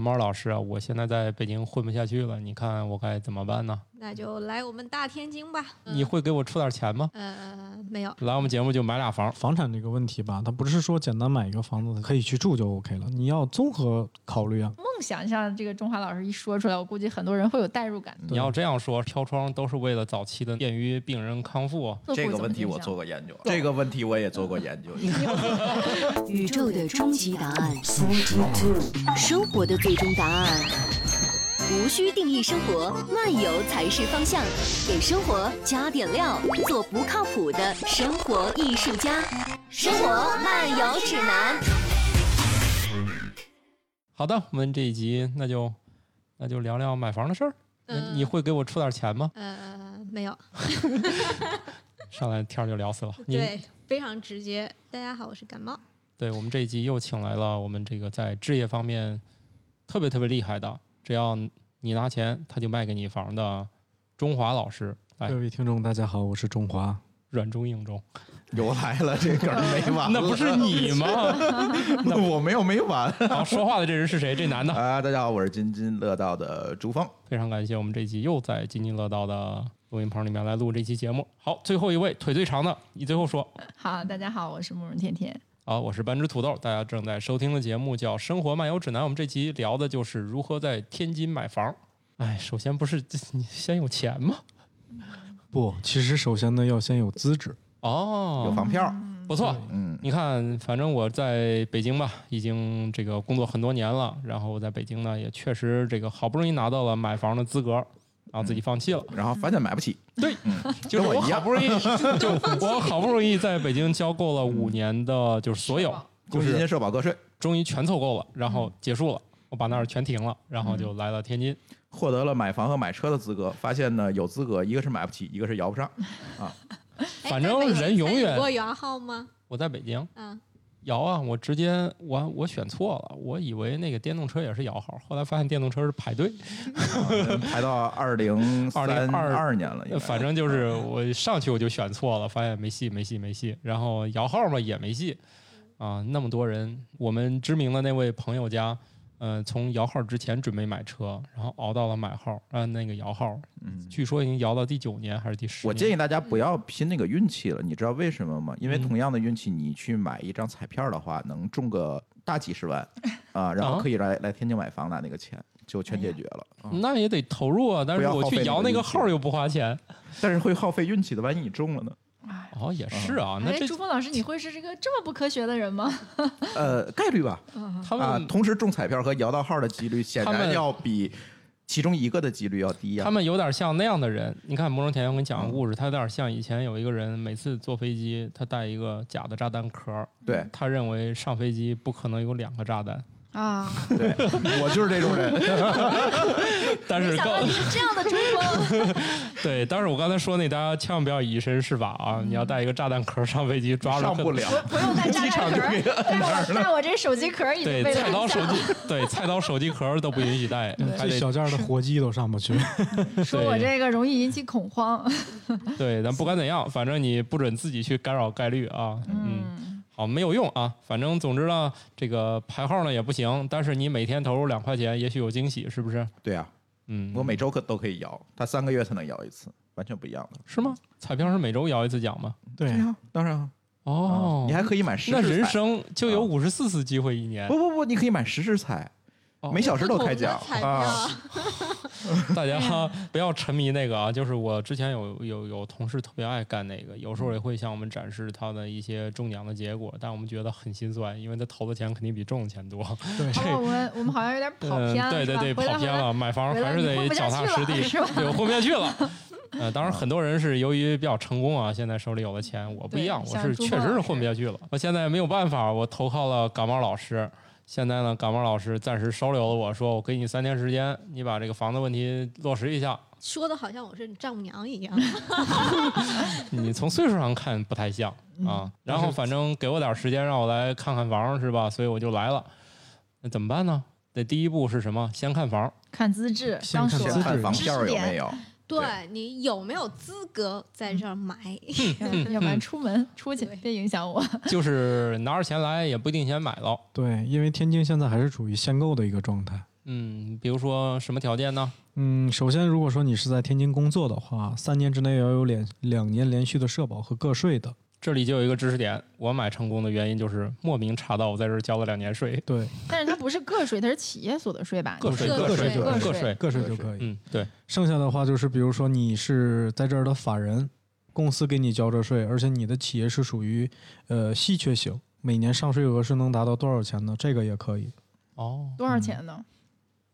猫老师啊，我现在在北京混不下去了，你看我该怎么办呢？那就来我们大天津吧。你会给我出点钱吗？呃，没有，来我们节目就买俩房，房产这个问题吧，它不是说简单买一个房子可以去住就 OK 了，你要综合考虑啊。梦想像这个中华老师一说出来，我估计很多人会有代入感。你要这样说，飘窗都是为了早期的便于病人康复。啊这个问题我做过研究，这个问题我也做过 研究。宇宙的终极答案，生活的最终答案。无需定义生活，漫游才是方向。给生活加点料，做不靠谱的生活艺术家。生活漫游指南。好的，我们这一集那就那就聊聊买房的事儿。那嗯你会给我出点钱吗？呃，没有，上来天儿就聊死了。你对，非常直接。大家好，我是感冒。对我们这一集又请来了我们这个在置业方面特别特别厉害的，只要你拿钱，他就卖给你房的中华老师，来各位听众，大家好，我是中华。软中硬中， 又来了，这 梗儿没完那了。不是 你吗？我没有 没完好，说话的这人是谁？这男的。啊！大家好，我是津津乐道的朱峰。非常感谢我们这集又在津津乐道的录音棚里面来录这期节目。好，最后一位腿最长的，你最后说。好，大家好，我是慕容甜甜。好，我是半只土豆，大家正在收听的节目叫《生活漫游指南》，我们这集聊的就是如何在天津买房。哎，首先不是 你先有钱吗？不，其实首先呢，要先有资质。有哦，房票，不错。嗯，你看，反正我在北京吧，已经这个工作很多年了，然后我在北京呢，也确实这个好不容易拿到了买房的资格，然后自己放弃了。然后发现买 不起，嗯就是跟我我一好样 不容易，就我好不容易在北京交够了五年的，就是所有，公积金、社保、个税，终于全凑够了，然后结束了，我把那儿全停了，然后就来了天津。获得了买房和买车的资格。发现呢，有资格一个是买不起，一个是摇不上。哎反正在北京人永远参与过摇号吗？我在北京嗯，摇啊，我直接我我选错了，我以为那个电动车也是摇号，后来发现电动车是排队。啊 排到二零三二年了，应该反正就是啊我上去我就选错了，发现没戏没戏没戏，然后摇号嘛也没戏啊，那么多人，我们知名的那位朋友家，呃，从摇号之前准备买车，然后熬到了买号，啊、那个摇号，嗯据说已经摇到第九年还是第十年，我建议大家不要拼那个运气了，你知道为什么吗？因为嗯同样的运气，你去买一张彩票的话，能中个大几十 万啊，然后嗯可以来来天津买房拿那个钱，就全哎解决了。啊那也得投入啊，但不是要我耗去费摇那个那个力气号又不花钱，但是会耗费运气的，万一你中了呢？哎，哦，嗯也是啊，那哎，这朱峰老师，你会是这个这么不科学的人吗？呃，概率吧，他 啊，们。同时中彩票和摇到号的几率显他然们要比其中一个的几率要低呀、他们有点像那样的人，你看《慕容甜甜》我跟你讲个啊嗯故事，他有点像以前有一个人，每次坐飞机他带一个假的炸弹壳儿，对他认为上飞机不可能有两个炸弹， 啊，对，我就是这种人。但是想到刚你是这样的朱峰，对，但是我刚才说那，大家千万不要以身试法啊！你要带一个炸弹壳上飞机，抓住上不可能了，不用带炸弹壳儿，带我带我这手机壳儿已经对，被菜刀拦手下了。机，对，菜刀手机壳都不允许带，还嗯最得小件儿的活鸡都上不去。说我这个容易引起恐慌。对，咱不管怎样，反正你不准自己去干扰概率啊。嗯，嗯，好，没有用啊。反正总之呢，这个排号呢也不行，但是你每天投入两块钱，也许有惊喜，是不是？对啊，嗯，我每周可都可以摇，他三个月才能摇一次，完全不一样的。是吗？彩票是每周摇一次奖吗？对，啊，当然啊，哦啊，你还可以买十那次人彩生就有五十四次机会一年不，不不，你可以买十次彩，哎哦每小时都不开同奖的彩票啊。大家不要沉迷那个啊，就是我之前有有有同事特别爱干那个，有时候也会向我们展示他的一些中奖的结果，但我们觉得很心酸，因为他投的钱肯定比中的钱多。哦，我们我们好像有点跑嗯，偏了，对对对，是吧跑偏。了，买房回来还是你得混不脚下踏去实了地，是吧 对，我混不下去 了。呃，当然，很多人是由于比较成功啊，现在手里有了钱，我不一对样，我像是朱确峰实是老混不下去了。我现在没有办法，我投靠了感冒老师。现在呢，感冒老师暂时收留了我，说我给你三天时间，你把这个房子问题落实一下。说的好像我是你丈母娘一样。你从岁数上看不太像啊。然后反正给我点时间，让我来看看房是吧？所以我就来了。那怎么办呢？那第一步是什么？先看房。看资质，先刚看说先资看质房票有没有？对你有没有资格在这儿买？ 要不然出门出去对别影响我。就是拿着钱来，也不一定先买了。对，因为天津现在还是处于限购的一个状态。嗯，比如说什么条件呢？嗯，首先，如果说你是在天津工作的话，三年之内要有两两年连续的社保和个税的。这里就有一个知识点，我买成功的原因就是莫名查到我在这儿交了两年税，对，但是它不是个税，它是企业所得税吧？个税个个税税个个税税，个税就可以。嗯，对，剩下的话就是，比如说你是在这儿的法人，公司给你交着税，而且你的企业是属于呃稀缺型，每年上税额是能达到多少钱呢？这个也可以。哦，多少钱呢？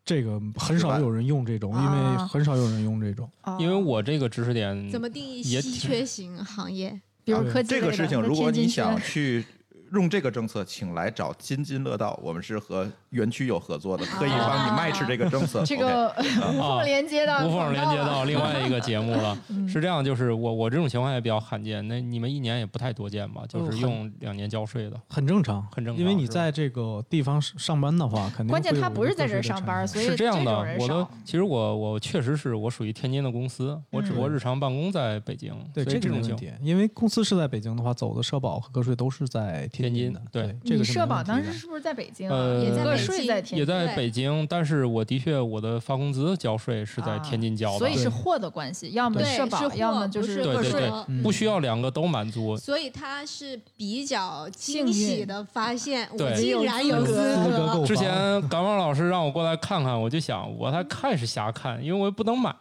这个很少有人用这种，因为啊很少有人用这种。哦因为我这个知识点怎么定义也稀挺缺型行业？比如对科技这类个的事情，和如果天津你区想去用这个政策，请来找津津乐道，我们是和园区有合作的，可以帮你 match 这个政 策。这个 无啊缝连接啊到无缝连接到另外一个节目了。嗯是这样，就是我我这种情况也比较罕见，那你们一年也不太多见吧？哦就是用两年交税的，很正常，很正常因为你是吧在这个地方上上班的话，肯定关键会有他一不个是在个这儿税上产班生所以是这样这的种。人我的少其实我我确实是我属于天津的公司，我只不过嗯日常办公在北京，对所以个种没问情题，因为公司是在北京的话，走的社保和个税都是在天津津的。对对，这你个是没社保问题当的时是不是在北京呃啊？也在个北税京在天也津，在北京，但是我的确我的发工资交税是在啊天津交的，所以是对货的关系，要么对，社是保，货要么就不是是对个对税对额嗯不需要两个都满足。所以他是比较惊幸喜运的发现，我对竟然有有资资格购 格。房之前感冒老师让我过来看看，我就想我他看是瞎看，因为我也不能买。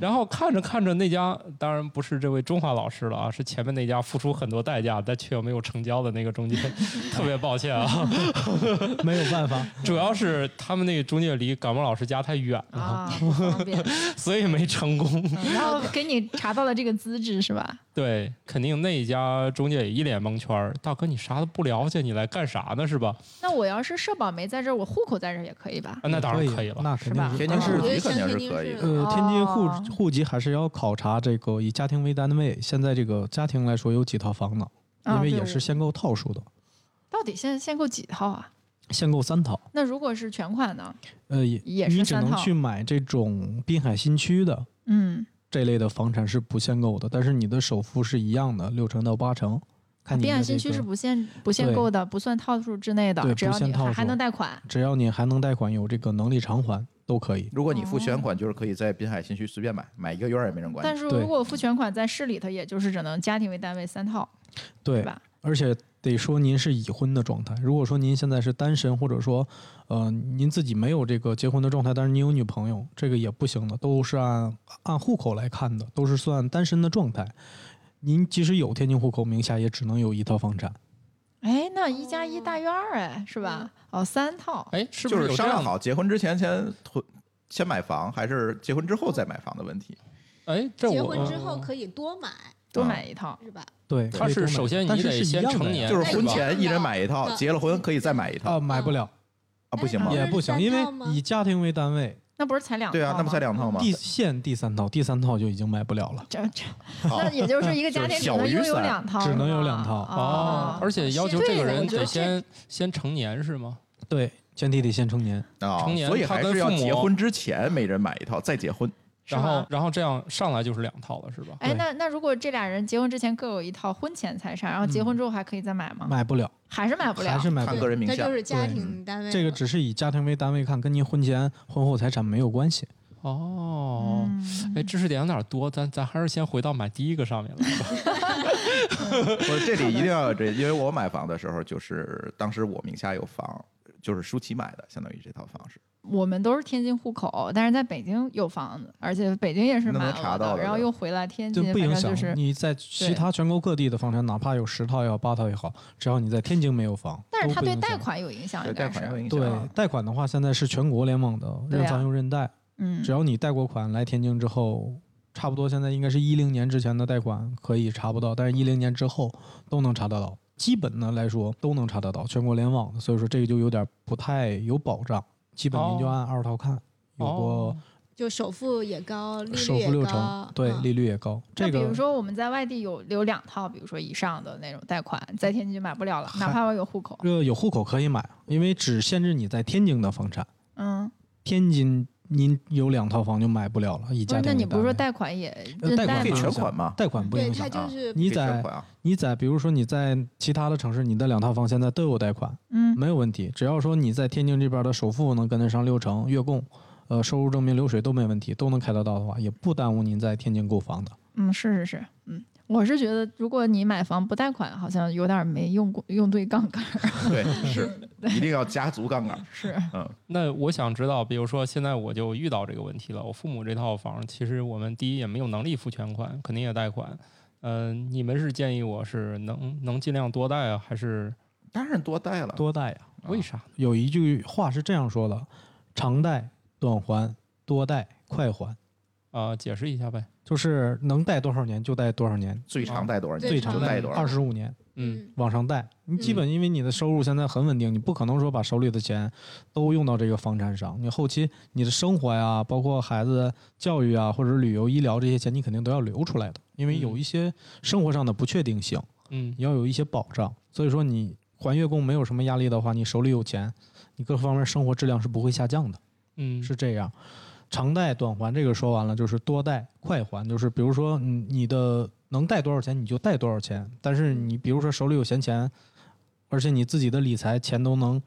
然后看着看着那家，当然不是这位中华老师了啊，是前面那家付出很多代价但却又没有成交的那个中介， 特别抱歉啊。 没有办法，主要是他们那个中介离感冒老师家太远了，啊不方 便，所以没成功。嗯然后给你查到了这个资质是吧？对，肯定那一家中介也一脸蒙圈儿，大哥你啥都不了解，你来干啥呢是吧？那我要是社保没在这儿，我户口在这儿也可以吧？啊那当然可以以了。那肯是定吧是啊天但津是户我觉得籍肯定天是津可以是的。呃，天津户哦户籍还是要考察这个以家庭为单位，现在这个家庭来说有几套房呢？因啊为对也我是限购套数的，到底现在限购几套啊？限购三套。那如果是全款呢？呃，也也你是只三能套去买这种滨海新区的嗯，这类的房产是不限购的，但是你的首付是一样的，六成到八成。看你啊滨海的新这区是个不限不限对购的，不算套数之内的对，只不要限你套还还数能贷款。只要你还能贷款，有这个能力偿还都可以。如果你付全款，就是可以在滨海新区随便买，买一个院儿也没人管但你。是对如果付全款在市里头，也就是只能家庭为单位三套，对对，吧？而且得说您是已婚的状态。如果说您现在是单身，或者说呃您自己没有这个结婚的状态，但是您有女朋友，这个也不行的，都是按按户口来看的，都是算单身的状态。您即使有天津户口，名下也只能有一套房产。哎，那一加一大于二，哎，是吧？哦，三套。哎，是不就是是有这商量样？好，结婚之前先囤，先买房，还是结婚之后再买房的问题。哎，这我结婚之后可以多买，多啊买一套，是吧？对，他可以是多买首先但你是得是一先样的成呀年就是哎婚我前一人懂买一套，嗯结了婚可以再买一套啊，买不了啊？不行吗哎？也不行，因为三套吗以家庭为单位，那不是才两套对啊，那不才吗两套吗？第限第三套，第三套就已经买不了了。 这这，好那也就是说一个就家是庭只小能于拥有三两套了，只能有两套哦哦，，而且要求对这个我人得觉得这先先成年是吗？对，前提得先成年。啊成，年所以他还跟是要父母结婚之前每人买一套，再结婚。 是然后吧，然后这样上来就是两套了是吧？哎，对那那如果这俩人结婚之前各有一套，婚前财产，然后结婚之后还可以再买吗？买不了，还是啊买不了嗯还？是买不看了个。人名那下就是家对庭单位了。这个只是以家庭为单位看，跟您婚前婚后财产没有关系。哦，嗯哎，知识点有点多，咱咱还是先回到买第一个上面来吧。我这里一定要有这，因为我买房的时候，就是当时我名下有房，就是舒淇买的，相当于这套房是。我们都是天津户口，但是在北京有房子，而且北京也是那买能了查到的，的然后又回来天就津，不嗯反影正响、就是。你在其他全国各地的房产，哪怕有十套也好、八套也好，只要你在天津没有房，但是都它不对影贷响。款有影响，对应贷该款有是。影响啊对，贷款的话，现在是全国联网的对啊认房又认贷，嗯只，要你贷过款来天津之后，差不多现在应该是一零年之前的贷款可以查不到，但是一零年之后都能查得到，基本的来说都能查得到，全国联网的，所以说这个就有点不太有保障，基本您就哦按二套看， 有哦过，就首付也高，利首率付六也成高，，对，嗯利率也高，那这比如个。说我们在外地有有两套，比如说以上的那种贷款，在天津就买不了了，哪怕我有户口。呃，有户口可以买，因为只限制你在天津的房产。嗯，天津您有两套房就买不了了，以不家是，庭那你为不是说单位贷款也呃认贷款可以不吗全影响款嘛贷款不对影他响？啊就是你可以全在款啊你在比如说你在其他的城市，你的两套房现在都有贷款，嗯没有问题。只要说你在天津这边的首付能跟得上六成，月供，呃，收入证明、流水都没问题，都能开得到的话，也不耽误您在天津购房的。嗯，是是是，嗯，我是觉得如果你买房不贷款，好像有点没用过用对杠杆儿，对， 是一定要加足杠杆。是那我想知道，比如说现在我就遇到这个问题了，我父母这套房其实我们第一也没有能力付全款，肯定也贷款。嗯、你们是建议我是能能尽量多贷啊，还是当然多贷了，多贷呀、啊为啥呢？有一句话是这样说的：长贷短还，多贷快还，啊、解释一下呗。就是能贷多少年就贷多少年，最长贷多少年？最长长贷多少二年？十五年嗯，往上贷。你基嗯本因为你的收入现在很稳定，你不可能说把手里的钱都用到这个房产上。你后期你的生活呀，包括孩子教育啊，或者旅游、医疗这些钱，你肯定都要留出来的，因为有嗯一些生活上的不确定性。嗯你要有一些保障。所以说，你还月供没有什么压力的话，你手里有钱，你各方面生活质量是不会下降的，嗯是这样。长贷短还这个说完了，就是多贷快还，就是比如说你你的能贷多少钱你就贷多少钱，但是你比如说手里有闲钱，而且你自己的理财钱都能。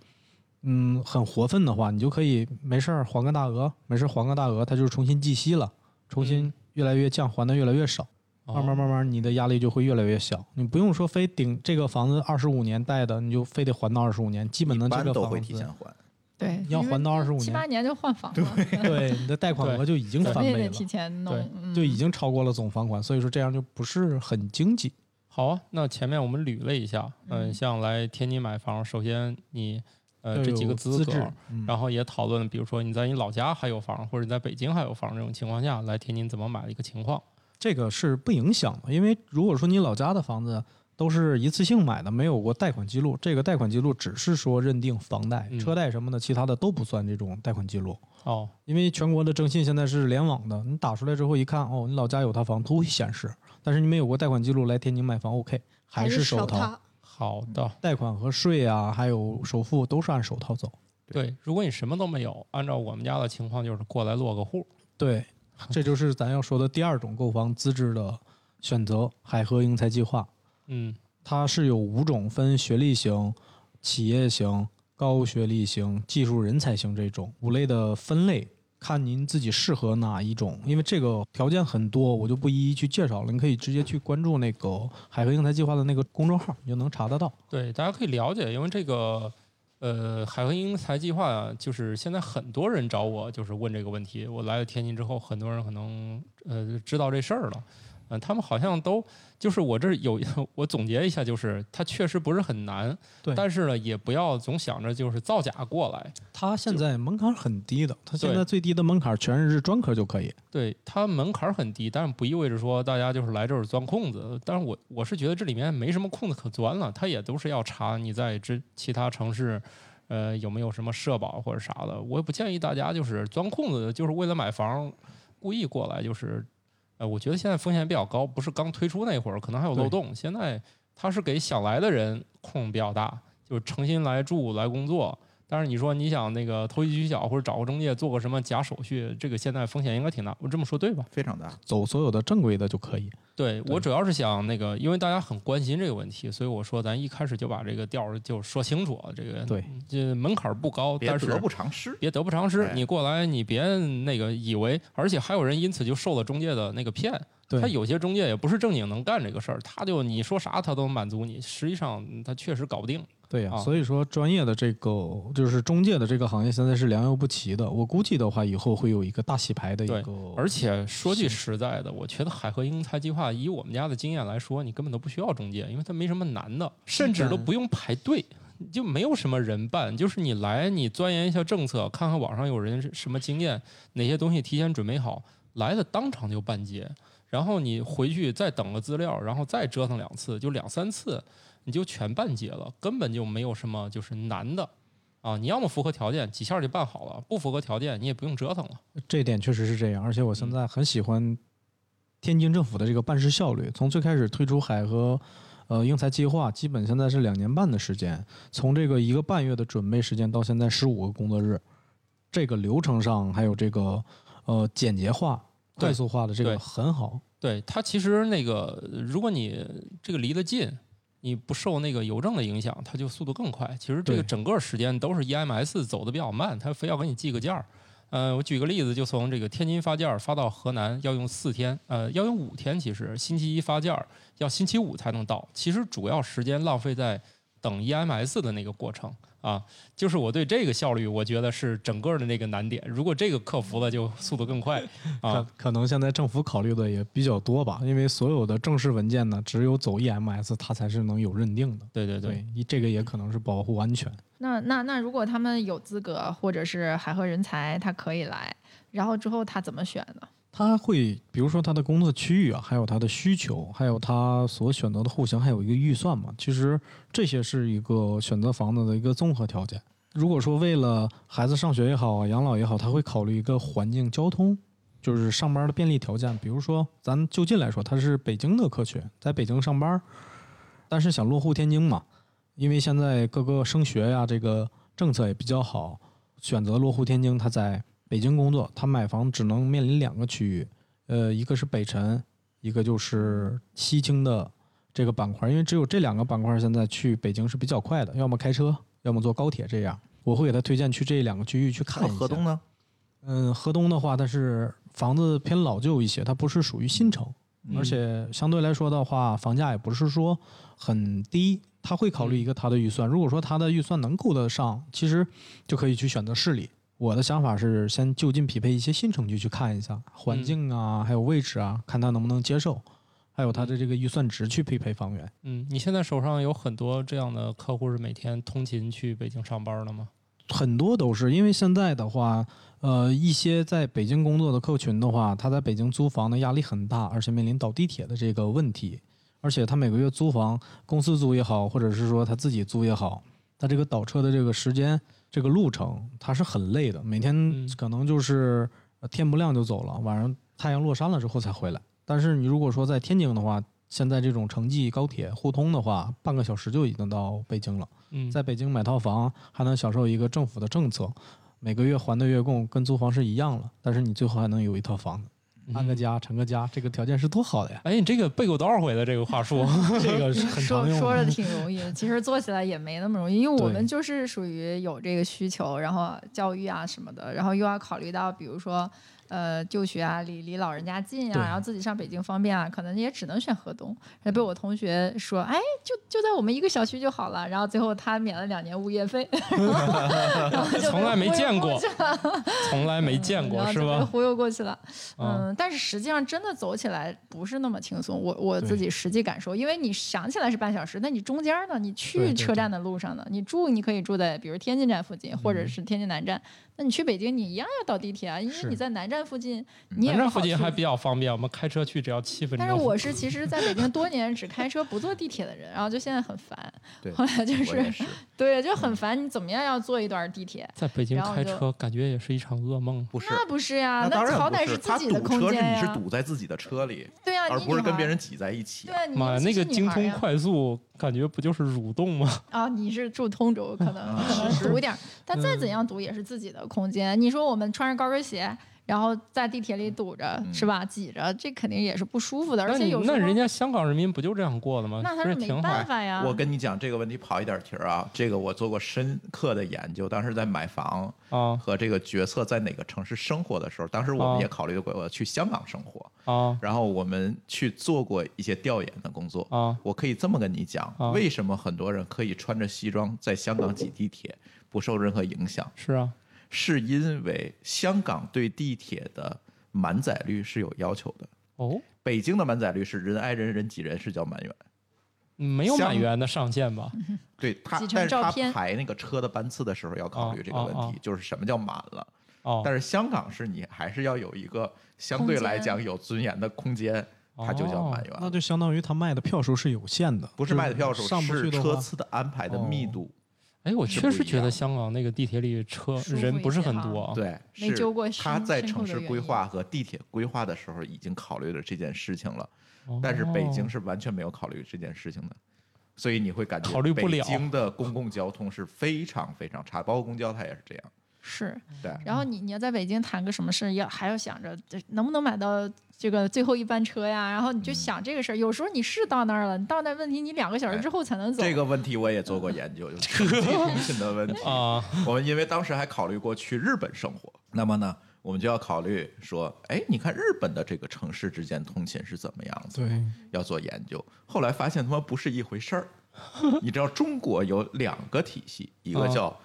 嗯，很活分的话，你就可以没事儿还个大额，没事儿还个大额，它就是重新计息了，重新嗯越来越降，还的越来越少。哦慢慢慢慢，慢，你的压力就会越来越小。你不用说非顶这个房子二十五年贷的，你就非得还到二十五年，基本能一这般个都会房提前子还。对，要因为还到25七年八年就换房了，对你的贷款额就已经怎翻么也倍得了，提前弄对，，嗯就已经超过了总房款，所以说这样就不是很经济。好啊。那前面我们捋了一下，嗯、嗯像来天津买房，首先你呃这要几有个资格，质，嗯然后也讨论了，比如说你在你老家还有房，或者你在北京还有房这种情况下，来天津怎么买的一个情况。这个是不影响的，因为如果说你老家的房子都是一次性买的，没有过贷款记录，这个贷款记录只是说认定房贷、嗯车贷什么的，其他的都不算这种贷款记录。哦，因为全国的征信现在是联网的，你打出来之后一看，哦，你老家有套房都会显示，但是你没有过贷款记录来天津买房，OK，还是手首套。套。好的，贷款和税啊，还有首付都是按首套走。对，如果你什么都没有，按照我们家的情况就是过来落个户。对， 这就是咱要说的第二种购房资质的选择——海河英才计划。嗯它是有五种，分学历型、企业型、高学历型、技术人才型这种五类的分类，看您自己适合哪一种。因为这个条件很多，我就不一一去介绍了。你可以直接去关注那个海河英才计划的那个公众号，你就能查得到。对，大家可以了解，因为这个呃海河英才计划啊就是现在很多人找我就是问这个问题。我来了天津之后，很多人可能呃知道这事儿了，嗯、他们好像都就是我这儿有 我总结一下，就是它确实不是很难，对但是呢也不要总想着就是造假过来。它现在门槛很低的，它现对在最低的门槛全日制专科就可以。对它门槛儿很低，但是不意味着说大家就是来这儿钻空子。但是我我是觉得这里面没什么空子可钻了，它也都是要查你在之其他城市，呃有没有什么社保或者啥的。我也不建议大家就是钻空子，就是为了买房故意过来，就是呃我觉得现在风险比较高，不是刚推出那会儿可能还有漏对洞，现在它是给想来的人空比较大，就是诚心来住来工作。但是你说你想那个投机取巧，或者找个中介做个什么假手续，这个现在风险应该挺大。我这么说对吧？非常大，走所有的正规的就可以。对我对主要是想那个，因为大家很关心这个问题，所以我说咱一开始就把这个调儿就说清楚了。这个对，这门槛儿不高，别但是得不偿失。别得不偿失哎。你过来，你别那个以为，而且还有人因此就受了中介的那个骗。对他，有些中介也不是正经能干这个事儿，他就你说啥他都满足你，实际上嗯他确实搞不定。对呀、啊所以说专业的这个就是中介的这个行业现在是良莠不齐的。我估计的话，以后会有一个大洗牌的一对个，而且说句实在的，我觉得海河英才计划以我们家的经验来说，你根本都不需要中介，因为它没什么难的，甚至都不用排队，就没有什么人办，就是你来，你钻研一下政策，看看网上有人是什么经验，哪些东西提前准备好，来了当场就办结，然后你回去再等个资料，然后再折腾两次，就两三次，你就全办结了，根本就没有什么就是难的。啊，你要么符合条件，几下就办好了；不符合条件，你也不用折腾了。这点确实是这样。而且我现嗯在很喜欢天津政府的这个办事效率，从最开始推出海河呃英才计划，基本现在是两年半的时间，从这个一个半月的准备时间到现在十五个工作日。这个流程上还有这个呃简洁化、对快速化的这对个很好。对它其实那个，呃如果你这个离得近，你不受那个邮政的影响，它就速度更快。其实这个对整个时间都是 EMS 走的比较慢，它非要给你寄个件儿。呃，我举个例子，就从这个天津发件儿发到河南要用四天，呃，要用五天。其实星期一发件儿要星期五才能到，其实主要时间浪费在等 EMS 的那个过程啊。就是我对这个效率，我觉得是整个的那个难点。如果这个克服了，就速度更快啊 可。可能现在政府考虑的也比较多吧，因为所有的正式文件呢，只有走 EMS 它才是能有认定的。对对对。嗯对，这个也可能是保护安全。那那那如果他们有资格或者是海河人才，他可以来，然后之后他怎么选呢？他会，比如说他的工作区域啊，还有他的需求，还有他所选择的户型，还有一个预算嘛。其实这些是一个选择房子的一个综合条件。如果说为了孩子上学也好啊，养老也好，他会考虑一个环境、交通，就是上班的便利条件。比如说，咱就近来说，他是北京的科学，在北京上班，但是想落户天津嘛，因为现在各个升学呀、这个政策也比较好，选择落户天津，他在北京工作，他买房只能面临两个区域，呃，一个是北辰，一个就是西青的这个板块，因为只有这两个板块现在去北京是比较快的，要么开车，要么坐高铁这样。我会给他推荐去这两个区域去看那一下。河东呢？嗯，河东的话，它是房子偏老旧一些，它不是属于新城，嗯而且相对来说的话，房价也不是说很低。他会考虑一个他的预算，如果说他的预算能够得上，其实就可以去选择市里。我的想法是先就近匹配一些新城区去看一下环境啊，还有位置啊，看他能不能接受，还有他的这个预算值去匹配房源。嗯，你现在手上有很多这样的客户是每天通勤去北京上班的吗？很多都是因为现在的话，呃，一些在北京工作的客群的话，他在北京租房的压力很大，而且面临倒地铁的这个问题，而且他每个月租房，公司租也好，或者是说他自己租也好，他这个倒车的这个时间、这个路程，他是很累的，每天嗯可能就是呃天不亮就走了，晚上太阳落山了之后才回来。但是你如果说在天津的话，现在这种城际高铁互通的话，半个小时就已经到北京了。嗯，在北京买套房还能享受一个政府的政策，每个月还的月供跟租房是一样了，但是你最后还能有一套房子，安个嗯。家、成个家，这个条件是多好的呀！哎，你这个背过多少回了？这个话 术，这个是很说常用说着的。挺容易的，其实做起来也没那么容易，因为我们对就是属于有这个需求，然后教育啊什么的，然后又要考虑到比如说呃就学啊，离离老人家近啊，对然后自己上北京方便啊，可能也只能选河东。还被我同学说，哎，就就在我们一个小区就好了，然后最后他免了两年物业费， 然后就被从来没忽悠见过去了从来没见过然后是就被吧？忽悠过去嗯了。啊，嗯，但是实际上真的走起来不是那么轻松，我我自对己实际感受，因为你想起来是半小时，那你中间儿呢？你对去对车对站的路上呢？你住你可以住在比如天津站附近，或嗯者是天津南站，那你去北京你一样要倒地铁啊，因为是你在南站附近，嗯你也南不站好附近去还比较方便，我们开车去只要七分钟。但是我 是其实在北京多年只开车不坐地铁的人，然后就现在很烦 对，后来就我也 是是，嗯对就很烦，你怎么样要坐一段地铁？在北京然后开就车，感觉也是一场噩梦。不是。那不是呀，当然好不歹是，他自己堵的空车是间你是呀，堵在自己的车里，对呀，而你不是女跟孩别儿人挤在一起对啊。啊，你妈呀，尤其那个是女京孩儿通呀快速，感觉不就是蠕动吗？啊，你是住通州，可能啊可能堵一点儿，但再怎嗯样堵也是自己的空间。你说我们穿着高跟鞋，然后在地铁里堵着，是嗯吧？挤着，这肯定也是不舒服的。而那且你有时那候人家香港人民不就这样过的吗？那他不是是没挺好办？法呀。啊我跟你讲这个问题跑一点题儿啊，这个我做过深刻的研究。当时在买房啊和这个决策在哪个城市生活的时候，当时我哦们也考虑过我去香港生活，啊然后我们去做过一些调研的工作。啊！我可以这么跟你讲哦，为什么很多人可以穿着西装在香港挤地铁不受任何影响，是啊，是因为香港对地铁的满载率是有要求的。哦，北京的满载率是人挨人人挤人是叫满员，没有香满员的上限吧？嗯对他挤，成但是他照片排那个车的班次的时候要考虑这个问哦哦题，就是什么叫满了。哦，但是香港是你还是要有一个相对来讲有尊严的空间，它就哦叫满员那了。就相当于他卖的票数是有限的，不是卖的票数，上不是去的车话，次的安排的哦密度。哎，我是确不实一觉得样香港那个地铁里车舒服人一不是些很哈多啊。对，没揪过是他深在深城厚的市原规因划和地铁规划的时候已经考虑了这件事情了，哦但是北京是完全没有考虑这件事情的，所以你会感觉考虑不了北京的公共交通是非常非常差，包括公交它也是这样。是，对嗯然后你你要在北京谈个什么事儿，要还要想着这能不能买到这个最后一班车呀，然后你就嗯想这个事儿。有时候你是到那儿了，你到那儿问题你两个小时之后才能走。哎这个问题我也做过研究， 就是经济通信的问题。啊，我们因为当时还考虑过去日本生活，那么呢，我们就要考虑说，哎，你看日本的这个城市之间通勤是怎么样子？对，要做研究。后来发现他妈不是一回 事儿。你知道中国有两个体系，一个啊叫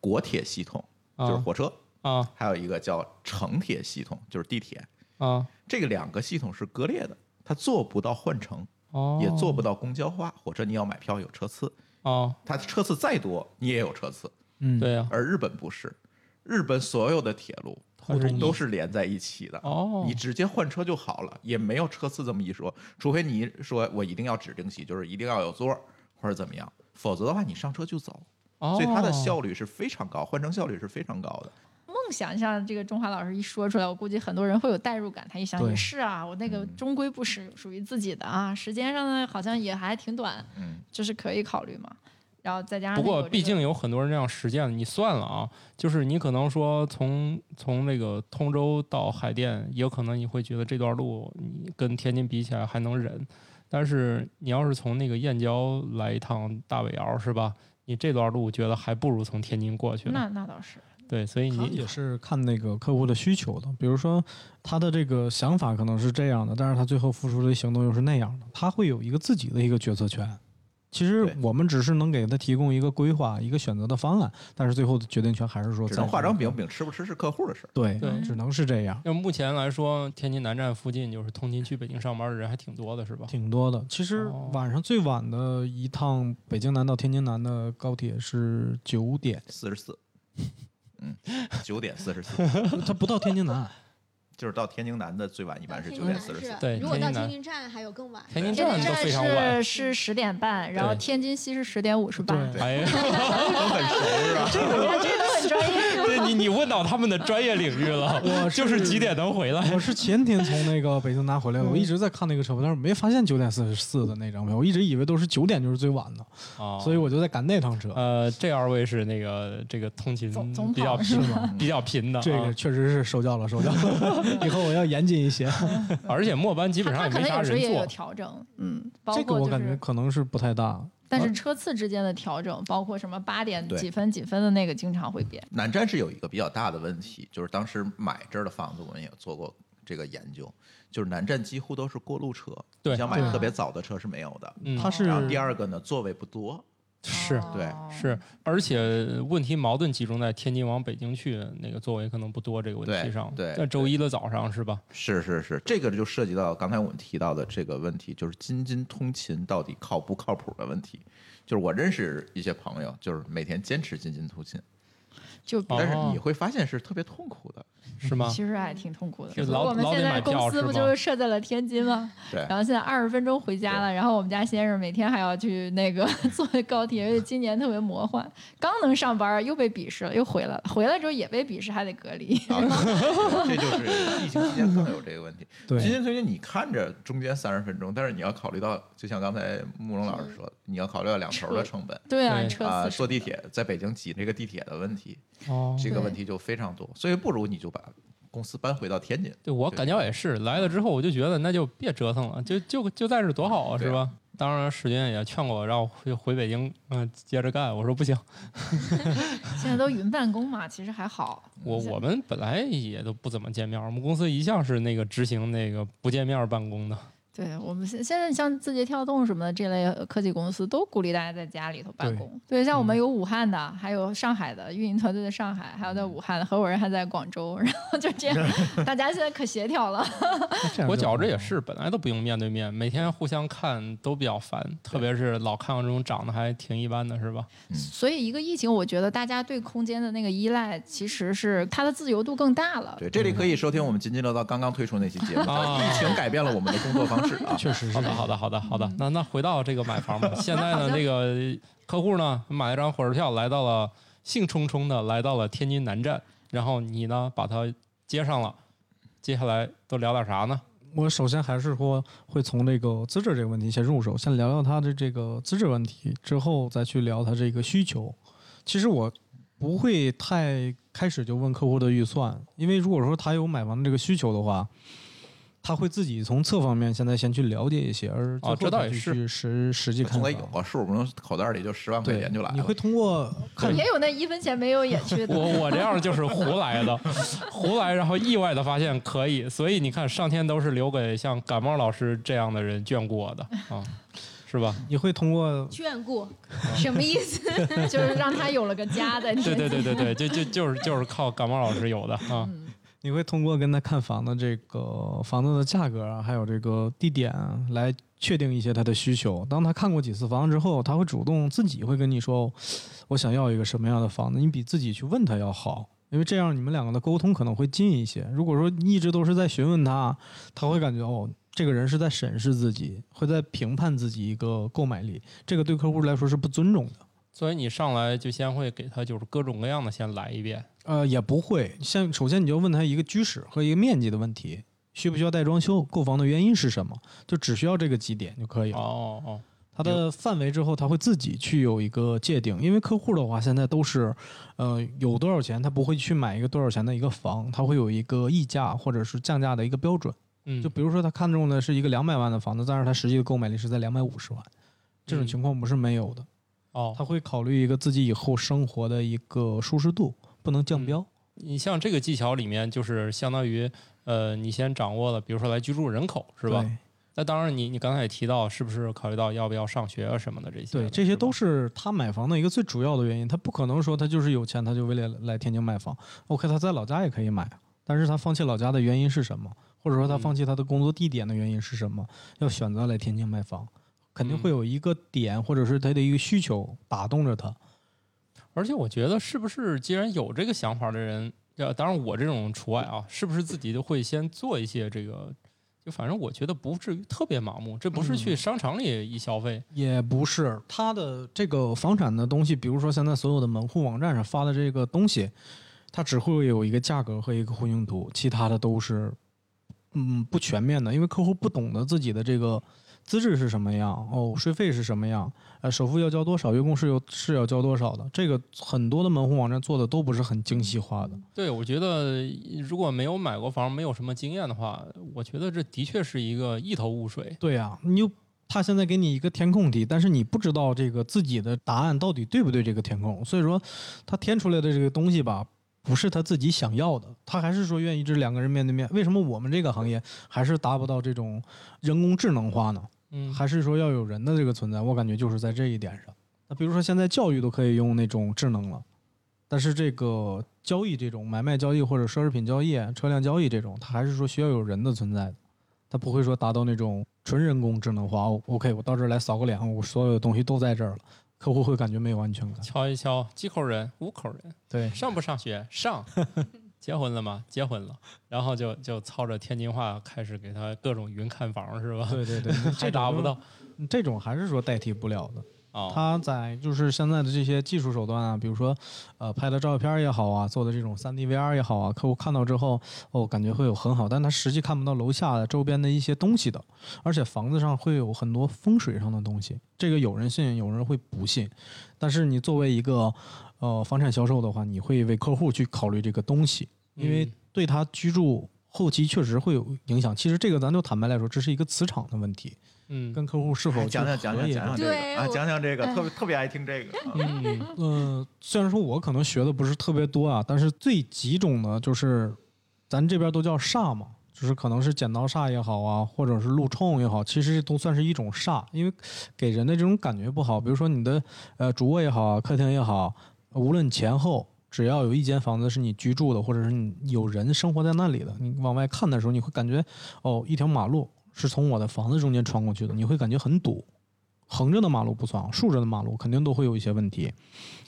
国铁系统，啊 就是火车，啊还有一个叫城铁系统，就是地铁。啊这个两个系统是割裂的，它做不到换乘，哦，也做不到公交化。火车你要买票有车次，哦，它车次再多你也有车次，嗯，对啊呀、而日本不是，日本所有的铁路它是都一是连在一起的。哦，你直接换车就好了，也没有车次这么一说，除非你说我一定要指定席，就是一定要有座儿或者怎么样，否则的话你上车就走。哦所以它的效率是非常高，换乘效率是非常高的。梦想像这个中华老师一说出来，我估计很多人会有代入感。他一想对也是啊，我那个嗯终归不是属于自己的啊，时间上呢好像也还挺短，嗯，就是可以考虑嘛。然后再加上不他过，有这毕个竟有很多人这样实践了。你算了啊，就是你可能说从从那个通州到海淀，也有可能你会觉得这段路你跟天津比起来还能忍，但是你要是从那个燕郊来一趟大尾窑，是吧？你这段路觉得还不如从天津过去呢。那那倒是，对，所以他你也是看那个客户的需求的，比如说他的这个想法可能是这样的，但是他最后付出的行动又是那样的，他会有一个自己的一个决策权。其实对我们只是能给他提供一个规划、一个选择的方案，但是最后的决定权还是说只在能画这个张饼，饼吃不吃是客户的事儿。对，对只能是这样，就目前来说，天津南站附近就是通勤去北京上班的人还挺多的，是吧？挺多的。其实哦晚上最晚的一趟北京南到天津南的高铁是九点，四十四，嗯，九点四十 四，它不到天津南，就是到天津南的最晚一般是九天点津四十南啊四是。对如果到天津南天津站还有更晚。天津天站津都非常晚站是，是十点半，然后对天津西是十点五十八。对哎呀，都很熟是吧？很专业。 对你你问到他们的专业领域了，我就是几点能回来？我是前天从那个北京南回来的，我一直在看那个车票，但是没发现九点四十四的那张票，我一直以为都是九点就是最晚的，啊所以我就在赶那趟车。呃，这二位是那个这个通勤总总比较跑是频比较频的、啊，这个确实是受教了，受教 了，以后我要严谨一些。而且末班基本上他也可没能啥有时候人也有坐。调整，嗯，包这个括我就感觉是，可能是不太大。但是车次之间的调整，包括什么八点对几分几分的那个，经常会变。南站是有一个比较大的问题，就是当时买这儿的房子，我们也做过这个研究，就是南站几乎都是过路车，对你想买对特别早的车是没有的。嗯，它是然后第二个呢，座位不多，是哦对是，而且问题矛盾集中在天津往北京去那个座位可能不多这个问题对上。对在周一的早上是吧？是是是，这个就涉及到刚才我们提到的这个问题，就是京津通勤到底靠不靠谱的问题。就是我认识一些朋友，就是每天坚持京津通勤，就比哦但是你会发现是特别痛苦的。是 吗？其实还挺痛苦的。就所以老我们老现得在买公票司是不吗哎就设在了天津吗？对然后现在二十分钟回家了，然后我们家先生每天还要去那个坐高铁，而且今年特别魔幻，刚能上班儿又被鄙视了，又回来了，回来之后也被鄙视，还得隔离。啊， 这就是疫情期间可能有这个问题。今对，天推荐你看着中间三十分钟，但是你要考虑到，就像刚才慕容老师说，的，你要考虑到两头的成本对啊，对车啊、次坐地铁在北京挤这个地铁的问题，哦，这个对问题就非常多，所以不如你就把公司搬回到天津。对我对感觉也是，来了之后我就觉得那就别折腾了，就就就在这儿多好啊，对是吧？当然，史军也劝过我，让我回回北京，嗯、接着干。我说不行，现在都云办公嘛，其实还好。我是我们本来也都不怎么见面儿，我们公司一向是那个执行那个不见面儿办公的。对我们现现在像字节跳动什么的这类呃科技公司都鼓励大家在家里头办对公。对，像我们嗯有武汉的，还有上海的，运营团队在上海，还有嗯在武汉，合伙人还在广州，然后就这 样，大家现在可协调了。 这样我就觉着也好是，本来都不用面对面，每天互相看都比较烦，特别是老看这种长得还挺一般的，是吧？所以一个疫情，我觉得大家对空间的那个依赖，其实是它的自由度更大啊了。对，这嗯里可以收听我们津津乐道刚刚推出那期 节目，叫啊《疫情改变了我们的工作方式》 啊。哦确实好是的，好的，好的，好的。那那回到这个买房吧，现在呢，这个客户呢买了张火车票，来到了兴冲冲的来到了天津南站，然后你呢把他接上了，接下来都聊点啥呢？我首先还是说会从这个资质这个问题先入手，先聊聊他的这个资质问题，之后再去聊他这个需求。其实我不会太开始就问客户的预算，因为如果说他有买房的这个需求的话，他会自己从侧方面现在先去了解一些，而哦这最后倒再也去是去实实际看总房得。有个数，不能口袋里就十万块对钱就来，了。哎你会通过看也有那一分钱没有也去的。我我这样就是胡来的， 胡来，然后意外的发现可以，所以你看，上天都是留给像感冒老师这样的人眷顾我的啊，是吧？你会通过眷 顾，什么意思？就是让他有了个家在对对对对对，就就就是就是靠感冒老师有的啊，你会通过跟他看房的这个房子的价格啊，还有这个地点啊来确定一些他的需求。当他看过几次房之后，他会主动自己会跟你说，我想要一个什么样的房子，你比自己去问他要好，因为这样你们两个的沟通可能会近一些。如果说你一直都是在询问他，他会感觉哦，这个人是在审视自己，会在评判自己一个购买力，这个对客户来说是不尊重的。所以你上来就先会给他就是各种各样的先来一遍，呃，也不会。像首先你就问他一个居室和一个面积的问题，需不需要带装修，购房的原因是什么，就只需要这个几点就可以了。哦哦，它的范围之后，他会自己去有一个界定。因为客户的话，现在都是，呃，有多少钱，他不会去买一个多少钱的一个房，他会有一个溢价或者是降价的一个标准。嗯，就比如说他看中的是一个两百万的房子，但是他实际的购买力是在两百五十万，这种嗯情况不是没有的。哦他，会考虑一个自己以后生活的一个舒适度，不能降嗯标。你像这个技巧里面就是相当于呃，你先掌握了，比如说来居住人口是吧？对那当然你，你刚才也提到，是不是考虑到要不要上学啊什么的这些的？对，这些是吧都是他买房的一个最主要的原因。他不可能说他就是有钱，他就为了来天津买房。OK，他在老家也可以买，但是他放弃老家的原因是什么？或者说他嗯放弃他的工作地点的原因是什么？要选择来天津买房，肯定会嗯有一个点，或者是他的一个需求打动着他。而且我觉得，是不是既然有这个想法的人，呃，当然我这种除外啊，是不是自己就会先做一些这个？就反正我觉得不至于特别盲目，这不是嗯去商场里一消费，也不是他的这个房产的东西，比如说现在所有的门户网站上发的这个东西，它只会有一个价格和一个混凝土，其他的都是嗯不全面的，因为客户不懂得自己的这个资质是什么样，哦，税费是什么样，呃，首付要交多少，月供是有是要交多少的，这个很多的门户网站做的都不是很精细化的。对，我觉得如果没有买过房，没有什么经验的话，我觉得这的确是一个一头雾水。对呀、你就他现在给你一个填空题，但是你不知道这个自己的答案到底对不对这个填空，所以说他填出来的这个东西吧，不是他自己想要的，他还是说愿意这两个人面对面。为什么我们这个行业还是达不到这种人工智能化呢？嗯，还是说要有人的这个存在？我感觉就是在这一点上。那比如说现在教育都可以用那种智能了，但是这个交易这种买卖交易或者奢侈品交易、车辆交易这种，它还是说需要有人的存在的，它不会说达到那种纯人工智能化。哦 OK，我到这儿来扫个脸，我所有的东西都在这儿了，客户会感觉没有安全感。敲一敲，几口人，五口人，对，上不上学？上。 结婚了吗？结婚了，然后就就操着天津话开始给他各种云看房是吧？ 对对 对，这达不到，这种还是说代替不了的。啊。它在就是现在的这些技术手段啊，比如说，呃，拍的照片儿也好啊，做的这种 3D VR 也好啊，客户看到之后，哦，感觉会有很好，但他实际看不到楼下的周边的一些东西的，而且房子上会有很多风水上的东西，这个有人信，有人会不信，但是你作为一个呃房产销售的话，你会为客户去考虑这个东西，因为嗯对他居住后期确实会有影响。其实这个咱就坦白来说，这是一个磁场的问题，嗯，跟客户是否哎去讲讲讲合讲也讲讲这对个啊，我哎讲讲这个，特别特别爱听这个。嗯 嗯，嗯，虽然说我可能学的不是特别多啊，但是最几种呢，就是咱这边都叫煞嘛，就是可能是剪刀煞也好啊，或者是路冲也好，其实都算是一种煞，因为给人的这种感觉不好。比如说你的呃主卧也好啊，客厅也好，无论前后，只要有一间房子是你居住的，或者是你有人生活在那里的，你往外看的时候，你会感觉哦，一条马路是从我的房子中间穿过去的，你会感觉很堵。横着的马路不算啊，竖着的马路肯定都会有一些问题。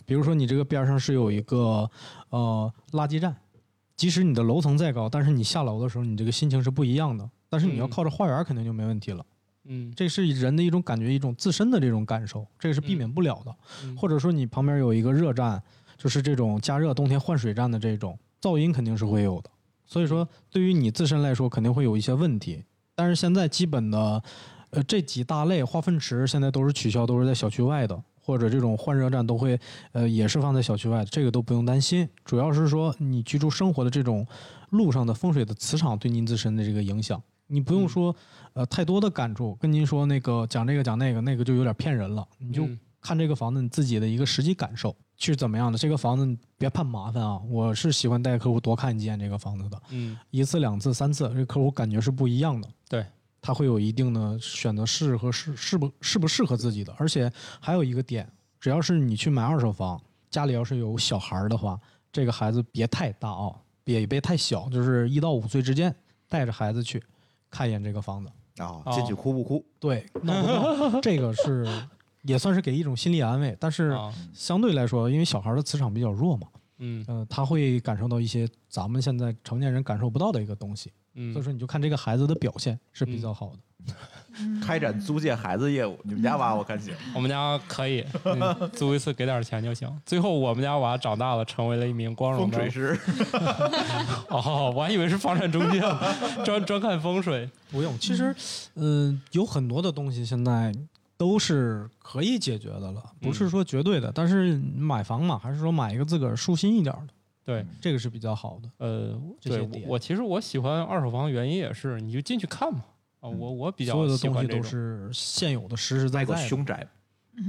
比如说你这个边儿上是有一个呃垃圾站，即使你的楼层再高，但是你下楼的时候，你这个心情是不一样的。但是你要嗯靠着花园儿，肯定就没问题了。嗯，这是人的一种感觉，一种自身的这种感受，这个是避免不了的。嗯或者说你旁边有一个热站，就是这种加热冬天换水站的这种噪音肯定是会有的。所以说，对于你自身来说，肯定会有一些问题。但是现在基本的，呃，这几大类化粪池现在都是取消，都是在小区外的，或者这种换热站都会，呃，也是放在小区外的，这个都不用担心。主要是说你居住生活的这种路上的风水的磁场对您自身的这个影响，你不用说，呃，太多的感触。跟您说那个讲这个讲那个，那个就有点骗人了。你就嗯看这个房子你自己的一个实际感受是怎么样的。这个房子你别怕麻烦啊，我是喜欢带客户多看几眼这个房子的。嗯一次、两次、三次，这客户感觉是不一样的。对，他会有一定的选择适合适适不适不适合自己的。而且还有一个点，只要是你去买二手房，家里要是有小孩儿的话，这个孩子别太大啊，别也别太小，就是一到五岁之间，带着孩子去看一眼这个房子。啊，嗯哦进去哭不哭？对，闹不闹这个是也算是给一种心理安慰，但是啊相对来说，因为小孩儿的磁场比较弱嘛，嗯呃，他会感受到一些咱们现在成年人感受不到的一个东西。所以嗯，说你就看这个孩子的表现是比较好的。嗯开展租借孩子业务，你们家娃我看行。我们家可 以、嗯租一次给点钱就行。最后我们家娃长大了，成为了一名光荣风的水师，哦，我还以为是房产中介， 专专看风水。不用，其实，嗯、有很多的东西现在都是可以解决的了，嗯不是说绝对的。但是买房嘛，还是说买一个自个儿舒心一点儿的，对，这个是比较好的。呃，这对我些点我其实我喜欢二手房，原因也是你就进去看嘛。啊，我我比较嗯所有的喜东欢西这都种。是现有的、实实在卖过在的。凶宅，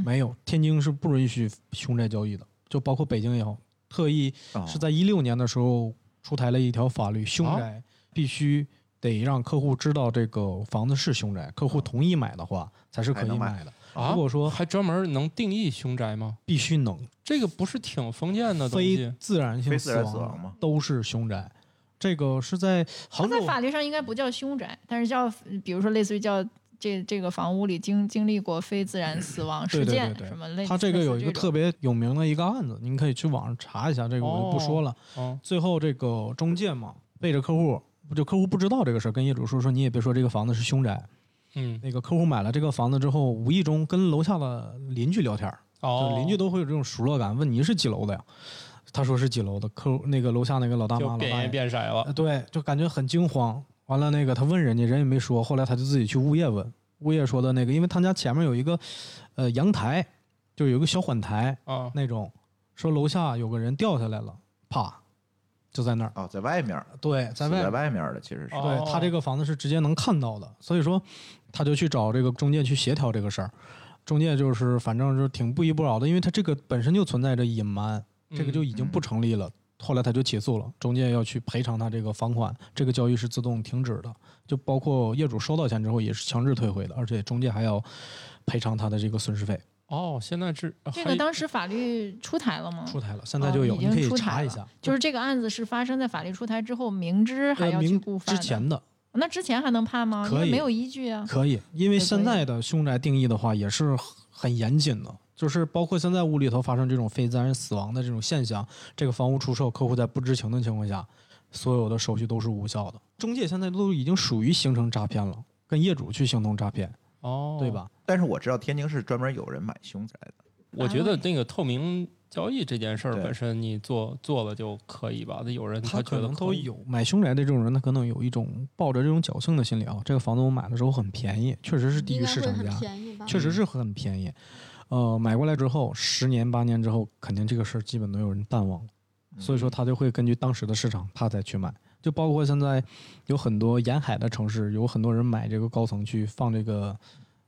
没有，天津是不允许凶宅交易的，就包括北京也好，特意哦是在一六年的时候出台了一条法律，凶啊宅必须得让客户知道这个房子是凶宅，客户同意买的话才是可才以能买买的。啊如果说还专门能定义凶宅吗？必须能这个不是挺封建的东非西？自然性非自然死亡亡吗？都是凶宅，这个是在它杭州在法律上应该不叫凶宅，但是叫比如说类似于叫这这个房屋里经经历过非自然死亡对事对对件对什么类似。它这个有一个类似这种哦特别有名的一个案子，您可以去网上查一下，这个我就不说了。嗯最后这个中介嘛，背着客户，就客户不知道这个事儿，跟业主说说你也别说这个房子是凶宅。嗯那个客户买了这个房子之后，无意中跟楼下的邻居聊天儿，哦就，邻居都会有这种熟络感，问你是几楼的呀？他说是几楼的，客户那个楼下那个老大妈就老变大颜爷，变色了呃。对，就感觉很惊慌。完了那个他问人家，人也没说，后来他就自己去物业问，物业说的那个，因为他家前面有一个呃阳台，就有一个小缓台啊那种，说楼下有个人掉下来了，啪，就在那儿。哦，在外面儿，对，在外死在面外面儿的其实是哦对他这个房子是直接能看到的，所以说他就去找这个中介去协调这个事儿。中介就是反正就挺不依不饶的，因为他这个本身就存在着隐瞒，这个嗯就已经嗯不成立了。后来他就起诉了，中介要去赔偿他这个房款，这个交易是自动停止的，就包括业主收到钱之后也是强制退回的，而且中介还要赔偿他的这个损失费。哦，现在是这个当时法律出台了吗？出台了，现在哦就有，已你经可以出台查一了下，就是这个案子是发生在法律出台之后，明知还呃要去明故犯之的前的那之前还能判吗？可因为以没有依据啊。可以，因为对可现以在的凶宅定义的话也是很很严谨的，就是包括现在屋里头发生这种非自然死亡的这种现象，这个房屋出售，客户在不知情的情况下，所有的手续都是无效的。中介现在都已经属于形成诈骗了，跟业主去形同诈骗，哦，对？吧？但是我知道天津市专门有人买凶宅的，我觉得那个透明交易这件事儿对本身你做做了就可以吧？那有人他觉可得能都以，有买凶宅的这种人，他可能有一种抱着这种侥幸的心理啊，这个房子我买的时候很便宜，确实是低应于该嗯市会场很价，便宜吧？确实是很便宜。呃，买过来之后，十年八年之后，肯定这个事儿基本都有人淡忘了，嗯所以说他就会根据当时的市场，他再去买。就包括现在有很多沿海的城市，有很多人买这个高层去放这个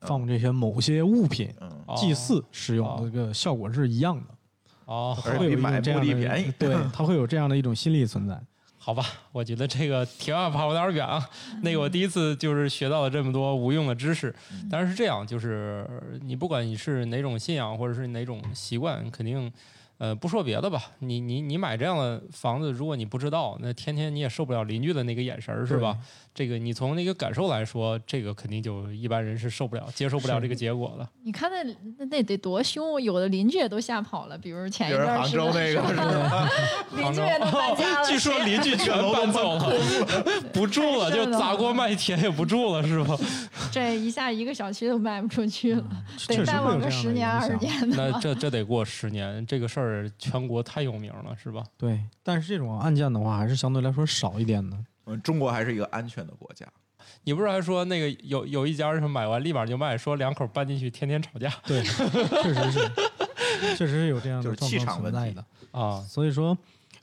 放这些某些物品，嗯，哦祭祀使用的哦这个效果是一样的， 哦，而会有且一比种买这墓样地的便宜。对， 他会有这样的一种心理存在。好吧，我觉得这个题外跑有点远啊。那个我第一次就是学到了这么多无用的知识，但是是这样，就是你不管你是哪种信仰或者是哪种习惯，肯定，呃，不说别的吧，你你你买这样的房子，如果你不知道，那天天你也受不了邻居的那个眼神儿，是吧？这个你从那个感受来说，这个肯定就一般人是受不了、接受不了是这个结果的。你看那那那得多凶，有的邻居也都吓跑了。比如前一就是段儿杭是州那个是吧？邻居也都搬 家了，据说邻居全搬走了，不住了，就砸锅卖铁也不住了，是吧？这一下一个小区都卖不出去了，嗯 确得实再会有往这个样十的年影二十响年 的那吧。这这得过十年，这个事儿全国太有名了，是吧？对，但是这种案件的话，还是相对来说少一点的。嗯，中国还是一个安全的国家，你不是还说那个有有一家是买完立马就卖，说两口搬进去天天 吵架 对，确实是，确实是有这样就的是状气况场存问在题的。啊？所以说，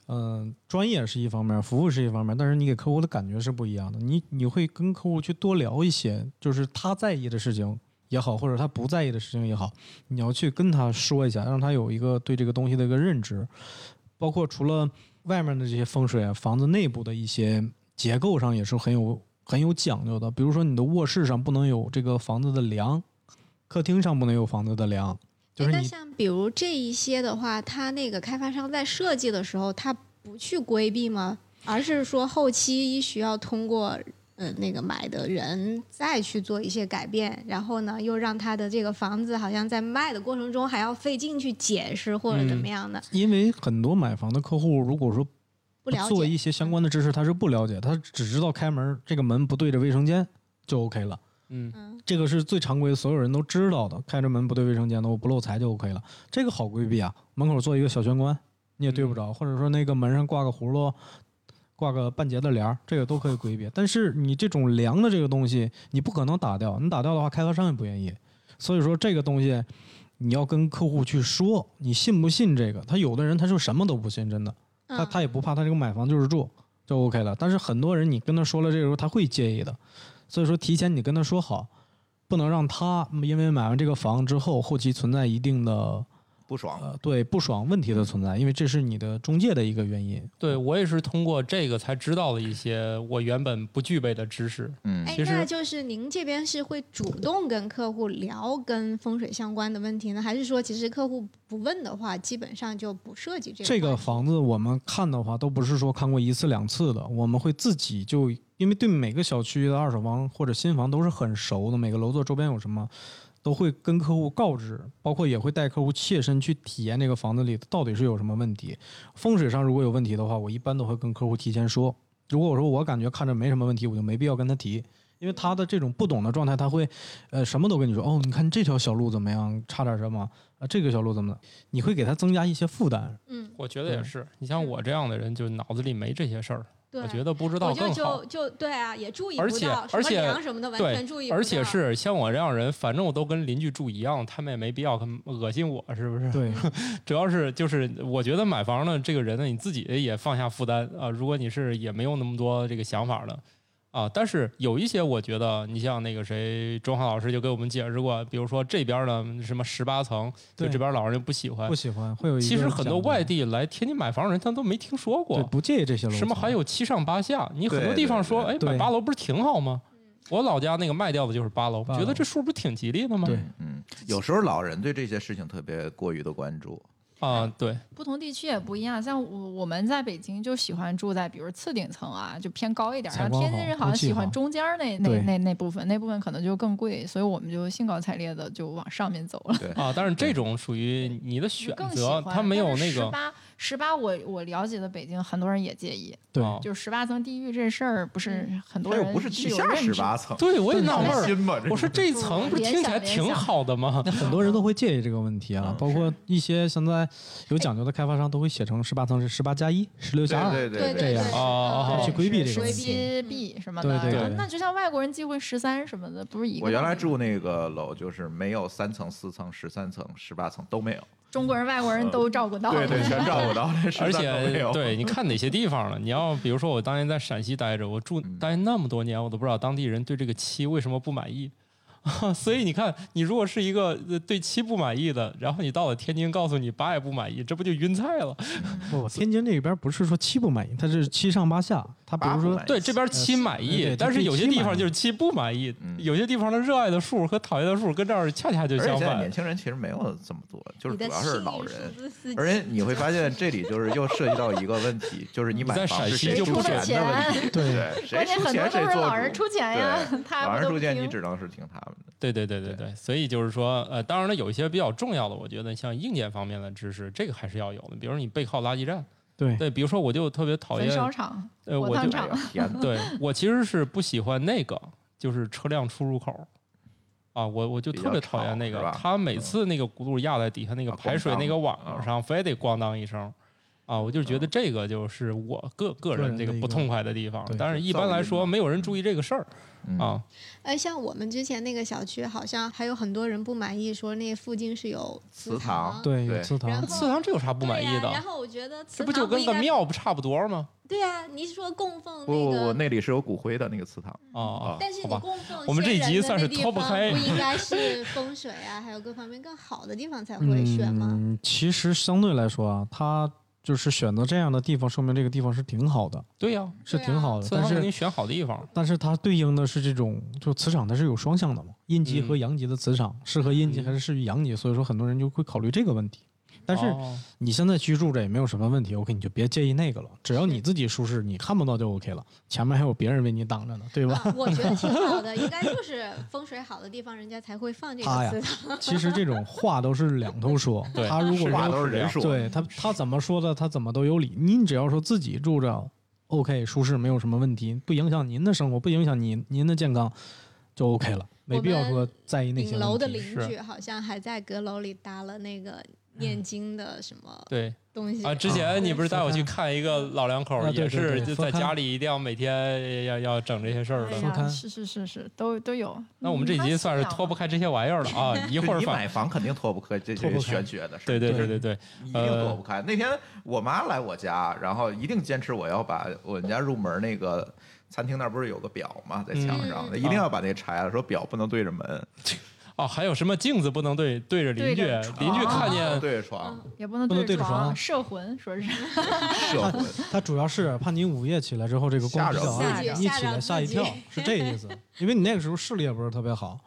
嗯、专业是一方面，服务是一方面，但是你给客户的感觉是不一样的。你你会跟客户去多聊一些，就是他在意的事情也好，或者他不在意的事情也好，你要去跟他说一下，让他有一个对这个东西的一个认知。包括除了外面的这些风水啊，房子内部的一些结构上也是很有很有讲究的。比如说你的卧室上不能有这个房子的梁，客厅上不能有房子的梁，就是那你像比如这一些的话，它那个开发商在设计的时候，他不去规避吗？而是说后期需要通过呃那个买的人再去做一些改变，然后呢又让他的这个房子好像在卖的过程中还要费劲去解释或者怎么样的，因为很多买房的客户如果说不了做一解。些相关的知识，他是不了解，他只知道开门这个门不对着卫生间就 OK 了，嗯，嗯，这个是最常规，所有人都知道的，开着门不对卫生间的，我不漏财就 OK 了，这个好规避啊。门口做一个小玄关，你也对不着，或者说那个门上挂个葫芦，挂个半截的帘儿，这个都可以规避。但是你这种梁的这个东西，你不可能打掉，你打掉的话，开发商也不愿意。所以说这个东西。你要跟客户去说，你信不信这个？他有的人他就什么都不信，真的。他嗯他也不怕，他这个买房就是住就 OK 了。但是很多人你跟他说了这个时候，他会介意的。所以说提前你跟他说好，不能让他因为买完这个房之后，后期存在一定的不爽。呃对不爽问题的存在，因为这是你的中介的一个原因。对我也是通过这个才知道了一些我原本不具备的知识。嗯，哎其，实那就是您这边是会主动跟客户聊跟风水相关的问题呢，还是说其实客户不问的话，基本上就不涉及这个这个话题房子我们看的话，都不是说看过一次两次的，我们会自己就，因为对每个小区的二手房或者新房都是很熟的，每个楼座周边有什么，都会跟客户告知，包括也会带客户切身去体验这个房子里到底是有什么问题。风水上如果有问题的话，我一般都会跟客户提前说。如果我说我感觉看着没什么问题，我就没必要跟他提。因为他的这种不懂的状态，他会，呃，什么都跟你说。哦，你看这条小路怎么样，差点什么啊、这个小路怎么的，你会给他增加一些负担，嗯，我觉得也对是，你像我这样的人，就脑子里没这些事儿，对，我觉得不知道我就更好就。就对啊，也注意而不且到，什而么且梁什么的完对全注意不到，而且是像我这样人，反正我都跟邻居住一样，他们也没必要跟恶心我，是不是？ 对，主要是就是我觉得买房呢，这个人呢，你自己也放下负担啊、如果你是也没有那么多这个想法的啊，但是有一些我觉得，你像那个谁，钟浩老师就给我们解释过，比如说这边呢什么十八层，就对这边老人就不喜欢不。喜欢，会有呃一其个实很讲多究外地来天津买房的人，他都没听说对过。不介意这些楼层，什么还有七上八下，你很多对地对方说，哎，对买八楼不是挺好吗？我老家那个卖掉的就是八楼，八觉得楼这数不是挺吉利的吗？对嗯，有时候老人对这些事情特别过于的关注，啊，对，不同地区也不一样，像我我们在北京就喜欢住在比如次顶层啊，就偏高一点儿。采然后光天津好人好像空气喜欢好中间儿那那对那那部分，那部分可能就更贵，所以我们就兴高采烈的就往上面走了。 啊，但是这种属于你的选更喜择，欢，它没有那十个八十八，18我我了解的北京很多人也介意，对啊就是十八层地狱这事儿，不是很多它嗯又人不是具地有下认十知八层，对，我也纳哎闷儿，心吧？这我说嗯这层不是听起来挺好的 吗？很多人都会介意这个问题啊嗯，包括一些现在有讲究的开发商都会写成十八层是十八加一，十六加二，对对对这样对哦哦哦去规避这个规问题避嗯避什么的，对对然后对那就像外国人忌讳十三什么的，不是一个道我理。原来住那个楼，就是没有三层、四层、十三层、十八层都没有，中国人、外呃国人都照哦顾到了，全照顾到了，而13层没且有对，你看哪些地方了？你要比如说，我当年在陕西待着，我住嗯待那么多年，我都不知道当地人对这个漆为什么不满意。 所以你看，你如果是一个呃对漆不满意的，然后你到了天津，告诉你八也不满意，这不就晕菜了？不不，天津这边不是说七不满意，它是七上八下，它比八如不说满意对，这边漆满对对意对，但是有些地方就是漆不满意嗯，有些地方他热爱的数和讨厌的数跟这儿恰恰就而且相现在反年。轻人其实没有这么多，就你是主的要是幸老运数人。字四而且你会发现，这里就是又涉及到一个问题，就是你你在买房陕是西谁就出不钱选的问题，对对，谁关键出很多钱谁都是做老主人出钱呀，他老们人都出不钱，你听只能是听他们的。对对对对对对，所以就是说，呃，当然了，有一些比较重要的，我觉得像硬件方面的知识，这个还是要有的。比如你背靠垃圾站，对对，比如说我就特别讨焚厌，烧厂、呃，火我葬就哎场呦天 哪！ 对我其实是不喜欢那个，就是车辆出入口。啊，我我就比特较别讨吵厌那是个吧，嗯他每次那个轱辘压在底下那个啊嗯排水咣当那个网上，非得咣当一声，啊，我就是觉得这个就是我个个人这个不痛快的地方个。对当然，一般来噪说音嘛没有人注意这个事儿嗯啊，哎，像我们之前那个小区，好像还有很多人不满意，说那附近是有祠堂堂，对，有对祠然堂后，祠堂这有啥不满意对呀然的？后我觉得祠这堂不就跟应个该？庙不差不多吗？对啊，你说供奉不不那不，个，那里是有骨灰的那个祠堂，啊，但是你好吧供奉我们这一先集人的算那是地脱不方开不应该 是风水啊，还有各方面更好的地方才会选吗？嗯，其实相对来说啊，他就是选择这样的地方，说明这个地方是挺好的，对呀，是对啊挺好的。祠呃但堂给是你选好地方，但是它对应的是这种，就磁场它是有双向的嘛，阴极和嗯阳极的磁场，适合阴极还是适于阳极，所以说很多人就会考虑这个问题。但是哦你现在居住着也没有什么问题，OK，你就别介意 那个了，只要你自己舒适，你看不到就 OK 了，前面还有别人为你挡着呢，嗯对 ，吧？啊，我觉得挺好的，应该就是风水好的地方，人家才会放这他个呀祠堂。其实这种话都是两头说对他如果话说都是人说，对他他怎么说的，他怎么都有理。您只要说自己住着 OK 舒适，没有什么问题，不影响您的生活，不影响您您的健康，就 OK 了，没必要说在意那些顶楼的问题。嗯邻居好像还在阁楼里搭了那个念经的什么对东西啊，之前你不是带我去看一个老两口啊儿，对也对对是就佛在龛家里一定要每天要要整这些事儿哎的。呀呀，是是是是，都都有。那我们这嗯集算是脱不。开这些玩意儿了啊！一会就儿你 反买房肯定脱不开这脱这不是开玄学的事儿，对对对对呃对，一定躲不开。那天我妈来我家，然后一定坚持我要把我们家入门那个餐厅那儿不是有个表嘛，在墙上，嗯一定要把那个拆了，说表不能对着门，哦，还有什么镜子不能对对着邻居对着，邻居看见啊对着床也不能不能对着着床摄魂，说是摄 魂，他主要是怕您午夜起来之后，这个光吓比着较自暗，己一吓起着来吓一自己跳，是这意思。因为你那个时候视力也不是特别好，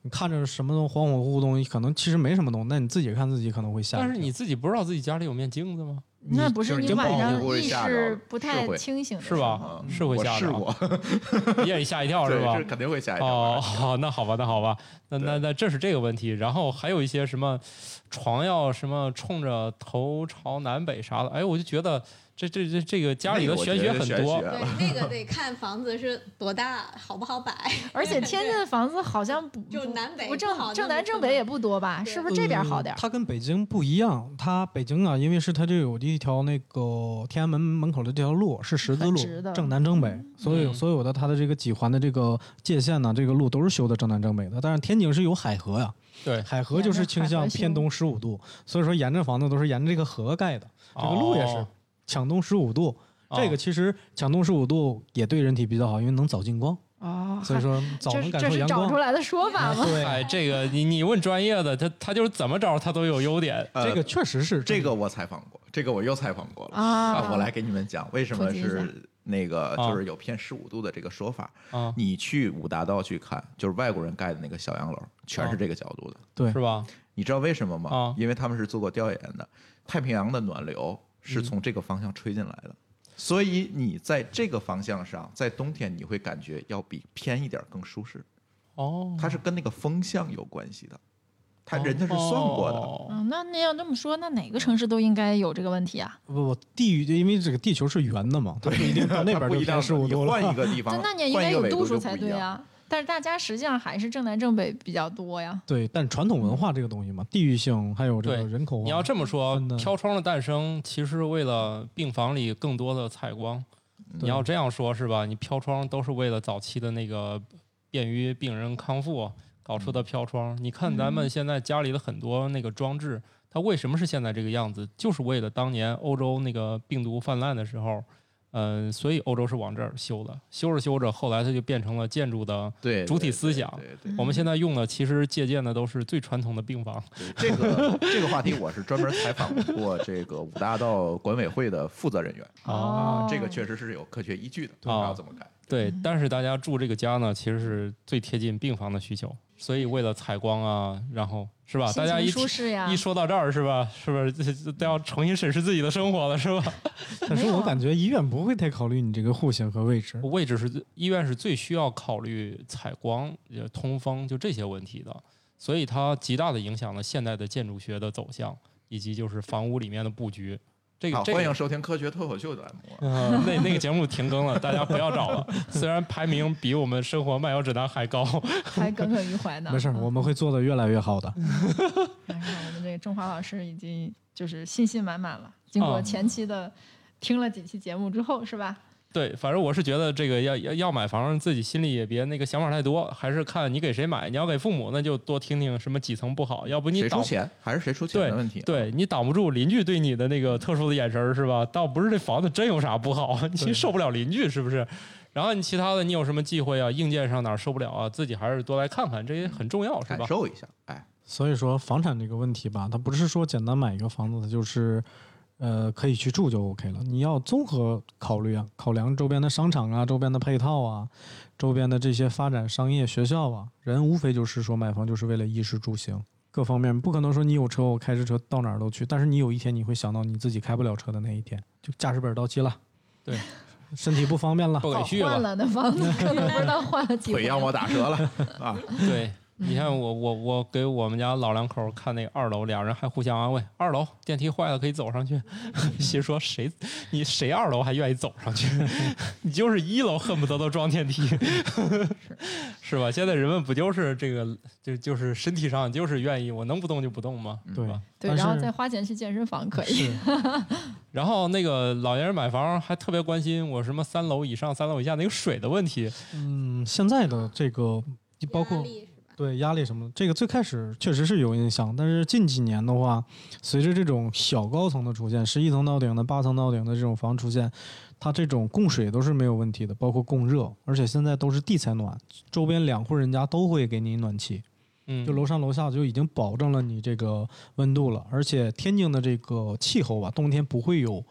你看着什么东西恍恍惚惚东西，可能其实没什么东西，但你自己看自己可能会吓一跳。但是你自己不知道自己家里有面镜子吗？ 那不就是你真晚不上不会意吓识着不是太会清醒的是时候？吧嗯？是会我吓试着，过，你也吓一跳是对，吧是？肯定会吓一跳。哦， 好，那好吧，那好吧，那那对那这是这个问题。然后还有一些什么床要什么冲着头朝南北啥的，哎，我就觉得这这这这个家里的那个我觉玄学得是很玄多学，对，那个得看房子是多大，好不好摆。而且天津的房子好像不就南北不不好正正那南么正多北也不多吧？对是不是这点儿呃好点儿？它跟北京不一样，它北京啊，因为是它这有一条那个天安门门口的这条路是十字很路直的，正南正北，所有嗯所有的它的这个几环的这个界限呢、这个路都是修的正南正北的。但是天津是有海河呀、对海河就是倾向偏东十五度，所以说沿着房子都是沿着这个河盖的，这个路也是哦抢东十五度。这个哦其实抢东十五度也对人体比较好，因为能早进光，哦，嗯所以说早这能是感这受是阳找光出。来的说法吗？对，哎，这个你你问专业的，他他就是怎么着他都有优点。 呃这个确实是这个我采访过，这个我又采访过 了。啊，我来给你们讲为什普么及一下是那个，啊就是有偏十五度的这个说法。啊，你去五大道去看，就是外国人盖的那个小洋楼，全是这个角度的。是吧？你知道为什么吗？哦啊因为他们是做过调研的，太平洋的暖流是嗯从这个方向吹进来的，所以你在这个方向上，在冬天你会感觉要比偏一点更舒适，哦，它是跟那个风向有关系的，它人家家是算过哦的。嗯，那那要这么说，那哪个城市都应该有这个问题啊？不不，地域因为这个地球是圆的嘛，它不一定到那 它边不就一偏样十的，五你度了。换一个地方， 那那也应换该一个有纬度数就才不一对样。啊。但是大家实际上还是正南正北比较多呀。对，但传统文化这个东西嘛，地域性还有这个对人口化，你要这么说分的，飘窗的诞生其实为了病房里更多的采光。你要这样说，是吧？你飘窗都是为了早期的那个便于病人康复搞出的飘窗。你看咱们现在家里的很多那个装置，它为什么是现在这个样子？就是为了当年欧洲那个病毒泛滥的时候，嗯、所以欧洲是往这儿修的。修着修着，后来它就变成了建筑的。对，主体对思对想对对我们嗯现在用的其实借鉴的都是最传统的病房。对这个 这个话题，我是专门采访过这个五大道管委会的负责人员哦啊，这个确实是有科学依据的，哦要这么改。对，嗯但是大家住这个家呢，其实是最贴近病房的需求，所以为了采光啊，然后是吧？大心家情一舒适啊呀一，说到这儿是吧？是不是 这这都要重新审视自己的生活了是 吧？但是没有我啊感觉医院不会太考虑你这个户型和位置。位置是最医院是最需要考虑采光、呃通风就这些问题的，所以它极大的影响了现代的建筑学的走向，以及就是房屋里面的布局。这个好，这啊欢个迎收听科学脱口秀的栏目啊。呃那那个节目停更了，大家不要找 了。虽然排名比我们《生活漫游指南》还高，还耿耿 于怀呢。哎没事儿，嗯我们会做的越来越好的。但是我们这个中华老师已经就是信心满满了，经过啊前期的听了几期节目之后，是吧？对，反正我是觉得这个要要要买房，自己心里也别那个想法太多，还是看你给谁买。你要给父母，那就多听听什么几层不好，要不你谁挡出钱还是谁出钱的问题。对你挡不住邻居对你的那个特殊的眼神儿是吧？倒不是这房子真有啥不好， 你受不了邻居是不是？然后你其他的你有什么忌讳啊？硬件上哪儿受不了啊？自己还是多来看看，这也很重要是感吧？受一下，哎，所以说，房产这个问题吧，它不是说简单买一个房子，它就是，呃，可以去住就 OK 了。你要综合考虑啊，考量周边的商场啊、周边的配套啊、周边的这些发展商业、学校啊。人无非就是说，买房就是为了衣食住行各方面，不可能说你有车我开着车到哪儿都去。但是你有一天你会想到你自己开不了车的那一天，就驾驶本到期了， 对，身体不方便了，不给续换了。了的 房子，可能不知道换了几腿回。让我打折了 啊！对，你看我我我给我们家老两口看那个二楼，俩人还互相安慰：二楼电梯坏了可以走上去。心说谁你谁二楼还愿意走上去？你就是一楼恨不得都装电梯， 是吧？现在人们不就是这个就就是身体上就是愿意我能不动就不动吗？是对吧？对，但然后是再花钱去健身房可以。是然后那个老年人买房还特别关心我什么三楼以上、三楼以下那个水的问题，嗯，现在的这个包压括力是吧对压力什么的，这个最开始确实是有影响，但是近几年的话，随着这种小高层的出现，十一层到顶的、八层到顶的这种房出现，它这种供水都是没有问题的，包括供热，而且现在都是地采暖，周边两户人家都会给你暖气，嗯，就楼上楼下就已经保证了你这个温度了，而且天津的这个气候吧，冬天不会有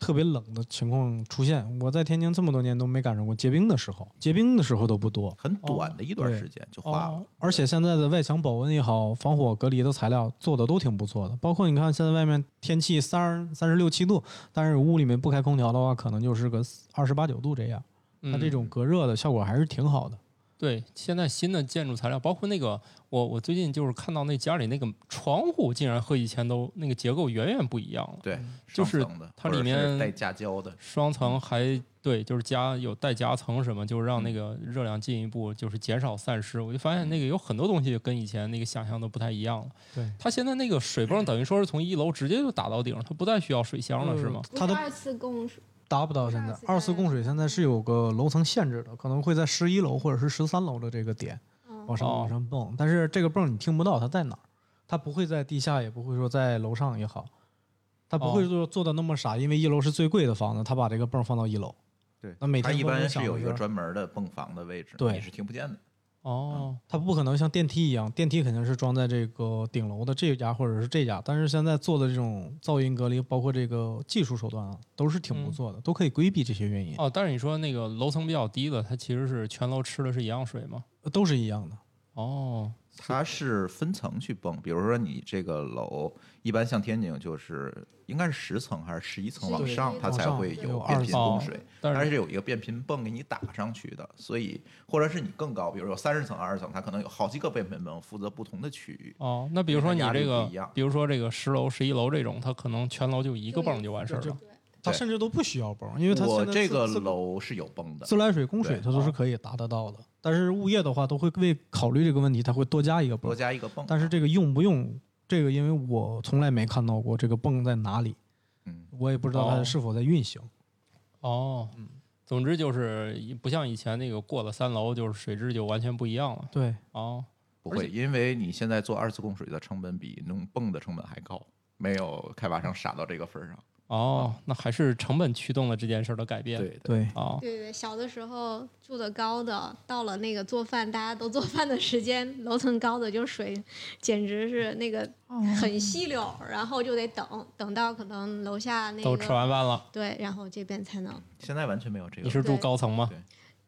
特别冷的情况出现。我在天津这么多年都没赶上过结冰的时候，结冰的时候都不多。很哦短的一段对时间就化了，哦而且现在的外墙保温也好，防火隔离的材料做的都挺不错的。包括你看现在外面天气三三十六七度，但是屋里面不开空调的话，可能就是个二十八九度这样。它嗯这种隔热的效果还是挺好的。对，现在新的建筑材料，包括那个我我最近就是看到那家里那个窗户，竟然和以前都那个结构远远不一样了。对，就是上层的它或者里是面带架胶的，双层还对，就是加有带夹层什么，就是让那个热量进一步就是减少散失。我就发现那个有很多东西跟以前那个想象都不太一样了。对，它现在那个水泵等于说是从一楼直接就打到顶，它不再需要水箱了，是吗？它不的是二次供水达嗯不到现在二次供水，现在是有个楼层限制的，可能会在十一楼或者是十三楼的这个点嗯往上哦往上蹦，但是这个泵你听不到它在哪儿，它不会在地下，也不会说在楼上也好，它不会哦做做的那么傻，因为一楼是最贵的房子，它把这个泵放到一楼，对，那每它天一都能般是想有到一这个儿专门的泵房的位置，对你是听不见的。哦，它不可能像电梯一样，电梯肯定是装在这个顶楼的这家或者是这家，但是现在做的这种噪音隔离，包括这个技术手段啊，都是挺不嗯错的，都可以规避这些原因，哦，但是你说那个楼层比较低的，它其实是全楼吃的是一样水吗？都是一样的。哦，它是分层去蹦，比如说你这个楼，一般像天津就是应该是十层还是十一层往对上，它往才上会有有二变频层供水，但它是是有一个变频泵给你打上去的，所以或者是你更高，比如说三十层、二十层，它可能有好几个变频泵负责不同的区域。哦，那比如它说你哎压这力不个一样，比如说这个十楼、十一楼这种，它可能全楼就一个就泵一就完事个儿就了。它对甚至都不需要泵，因为它我现在这自个自楼是有泵的，自来水供水对啊它都是可以达得到的。但是物业的话，都会为考虑这个问题，它会多加一个多泵。加一个泵。但是这个用不用，这个因为我从来没看到过这个泵在哪里，嗯，我也不知道它哦是否在运行。哦，总之就是一不像以前那个过了三楼，就是水质就完全不一样了。对，哦，不而会，因为你现在做二次供水的成本比弄泵的成本还高，没有开发商傻到这个份儿上。哦，那还是成本驱动了这件事儿的改变。，嗯对对，对，哦，对对，小的时候住的高的，到了那个做饭，大家都做饭的时间，楼层高的就水，简直是那个哦 很稀溜，然后就得等，等到可能楼下那都吃个完饭了，对，然后这边才能现在完全没有这个。你是住对高层吗对？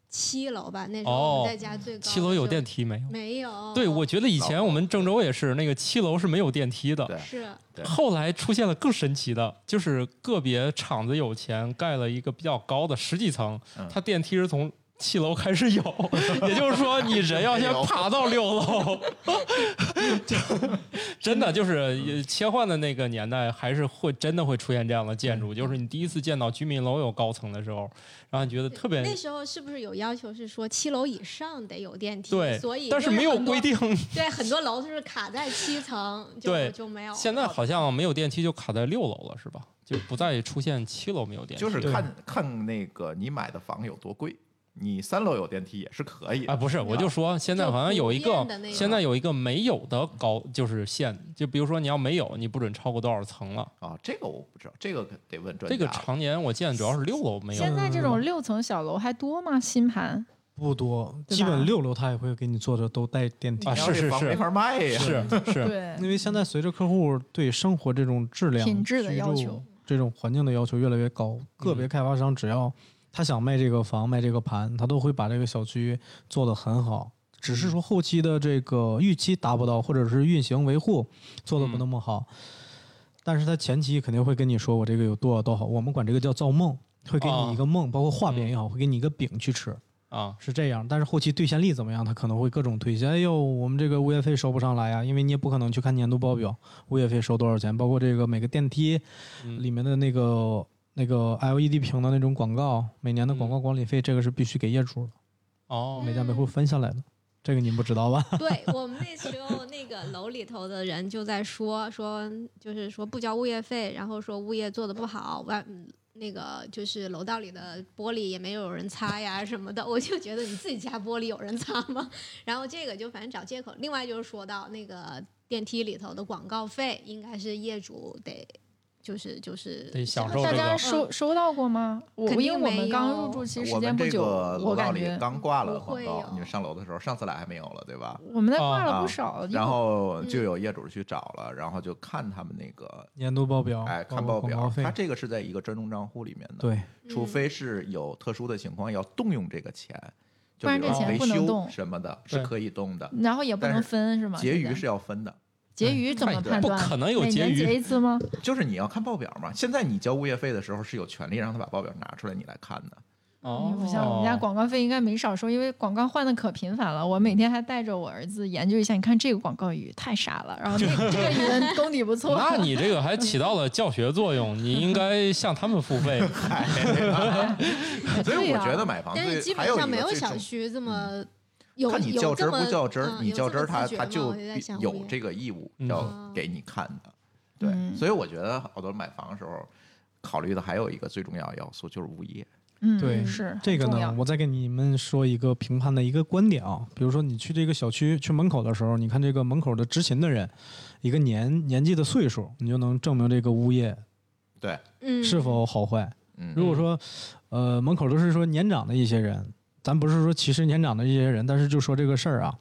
七楼吧，那时候我哦们在家最高嗯七楼有电梯梯没有？没有？对，我觉得以前我们郑州也是，那个七楼是没有电梯的。对是对后来出现了更神奇的，就是个别厂子有钱盖了一个比较高的十几层嗯，它电梯是从七楼开 始有，也就是说，你人要先爬到六 楼，就真的就是也切换的那个年代，还是会真的会出现这样的建嗯筑，就是你第一次见到居民楼有高层的时候，然后你觉得特别那时候是不是有要求是说七楼以上得有电梯？对，所以但是就是没有很多规。定，对，很多楼就是卡在七层，就对就没有。现在哦好像没有电梯就卡在六楼了，是吧？就不再出现七楼没有电梯，就是看看那个你买的房有多贵，你三楼有电梯也是可以的啊，不是，我就说现在就好像普有一个遍的那，现在有一个没有的高，就是限，就比如说你要没有，你不准超过多少层了。啊。这个我不知道，这个得问专家这个了。常年我见主要是六楼没有，现在这嗯种六层小楼还多吗？新盘不多，对基吧本六楼他也会给你做的都带电梯啊你，要是这是房是没法卖呀。是是，对因为现在随着客户对生活这种质量、品质的居要住求、这种环境的要求越来越高，个别开发商只要他想卖这个房、卖这个盘，他都会把这个小区做得很好。只是说后期的这个预期达不到，或者是运行维护做的不那么好，但是他前期肯定会跟你说我这个有多少多好，我们管这个叫造梦，会给啊你一个梦，包括画饼也好，会给你一个饼去吃。啊，是这样，但是后期兑现率怎么样，他可能会各种推卸。哎呦，我们这个物业费收不上来呀、因为你也不可能去看年度报表，物业费收多少钱，包括这个每个电梯嗯里面的那个那个 LED 屏的那种广告，每年的广告管理费，这个是必须给业主的，哦，每家每户分下来的。这个您不知道吧？ 对我们那时候那个楼里头的人就在说说，就是说不交物业费，然后说物业做的不好，外嗯那个就是楼道里的玻璃也没有人擦呀什么的。我就觉得你自己家玻璃有人擦吗？ 然后这个就反正找借口。另外就是说到那个电梯里头的广告费，应该是业主得就是就是得享受大这家个嗯收收到过吗？我肯定因为我没们有刚入住，其实我时们间不这久，个我楼道感里觉刚挂了不广会告有，你们上楼的时候，上次来还没有了，对吧？我们那啊挂了啊不少。然后就嗯有业主去找了，然后就看他们那个，年度报哦表，哎，包看括报广告表，费他，这个是在一个专用账户里面的，对，嗯除非是有特殊的情况要动用这个钱，就不然比如这说钱维不能修动什么的，对是可以动嗯的。然后也不但能是分是吗？结现余嗯在是要分的，结余怎么哎判不断？可能有每结年余结一次吗？就是你要看报表嘛。现在你交物业费的时候是有权利让他把报表拿出来，你来看的。 哦我想我们家广告费应该没少收，因为广告换的可频繁了。我每天还带着我儿子研究一下，你看这个广告语太傻了，然后那 个这个语文功底不错。 那你这个还起到了教学作用，你应该向他们付费。嗨 所对以我呀觉得买房哎啊但是基最还本有一上没个有最小重嗯区这么有看你有这较真儿不么较真儿，嗯你有较这么真儿，他自觉他吗就我在必想有物业这个义务嗯要哦给你看的。对，嗯所以我觉得好多买房的时候考虑的还有一个最重要的要素就是物业。嗯，对是这个很重呢要，我再给你们说一个评判的一个观点啊，比如说你去这个小区去门口的时候，你看这个门口的执勤的人，一个年年纪的岁数，你就能证明这个物业对，嗯是否好坏。嗯，如果说，呃，门口都是说年长的一些人，咱不是说歧视年长的一些人，但是就说这个事儿啊，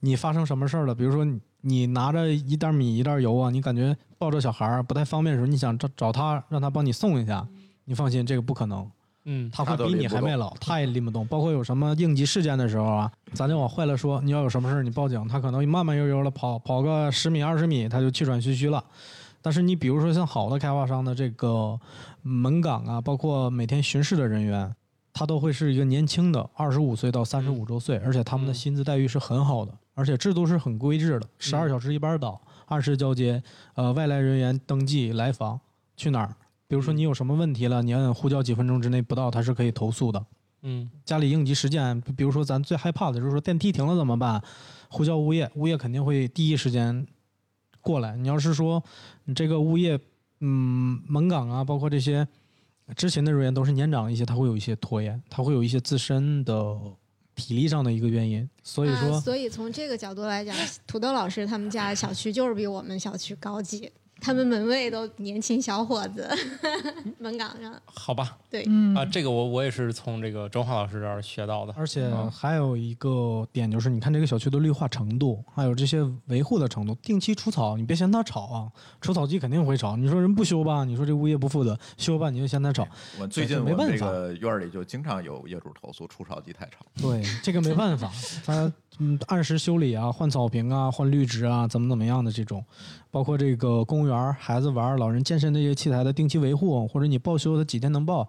你发生什么事儿了？比如说你你拿着一袋米一袋油啊，你感觉抱着小孩儿不太方便的时候，你想找找他让他帮你送一下，你放心，这个不可能。嗯，他他会都比拎你不还动卖老，他也拎不动。包括有什么应急事件的时候啊，咱就往坏了说，你要有什么事儿你报警，他可能慢慢悠悠的跑跑个十米二十米，他就气喘吁吁了。但是你比如说像好的开发商的这个门岗啊，包括每天巡视的人员，他都会是一个年轻的，二十五岁到三十五周岁，而且他们的嗯薪资待遇是很好的，而且制度是很规制的，十二小时一班倒，按时交接，呃，外来人员登记来访去哪儿。比如说嗯你有什么问题了，你按呼叫几分钟之内不到，他是可以投诉的。嗯家里应急事件，比比如说咱最害怕的就是说电梯停了怎么办？呼叫物业，物业肯定会第一时间过来。你要是说你这个物业，嗯，门岗啊，包括这些之前的人员都是年长一些，他会有一些拖延，他会有一些自身的体力上的一个原因。所以啊说，所以从这个角度来讲，土豆老师他们家小区就是比我们小区高级，他们门卫都年轻小伙子， 门岗上好吧，嗯啊，这个我我也是从这个周浩老师这儿学到的。而且嗯还有一个点就是，你看这个小区的绿化程度，还有这些维护的程度，定期除草，你别嫌它吵啊，除草机肯定会吵。你说人不修吧，你说这物业不负责，修吧你就嫌它 吵，我最这近没我办这法个院儿里就经常有业主投诉除草机太吵。 对，这个没办法，它嗯，按时修理啊，换草坪啊，换绿植啊，怎么怎么样的这种，包括这个公园儿、孩子玩儿、老人健身这些器材的定期维护，或者你报修它几天能报，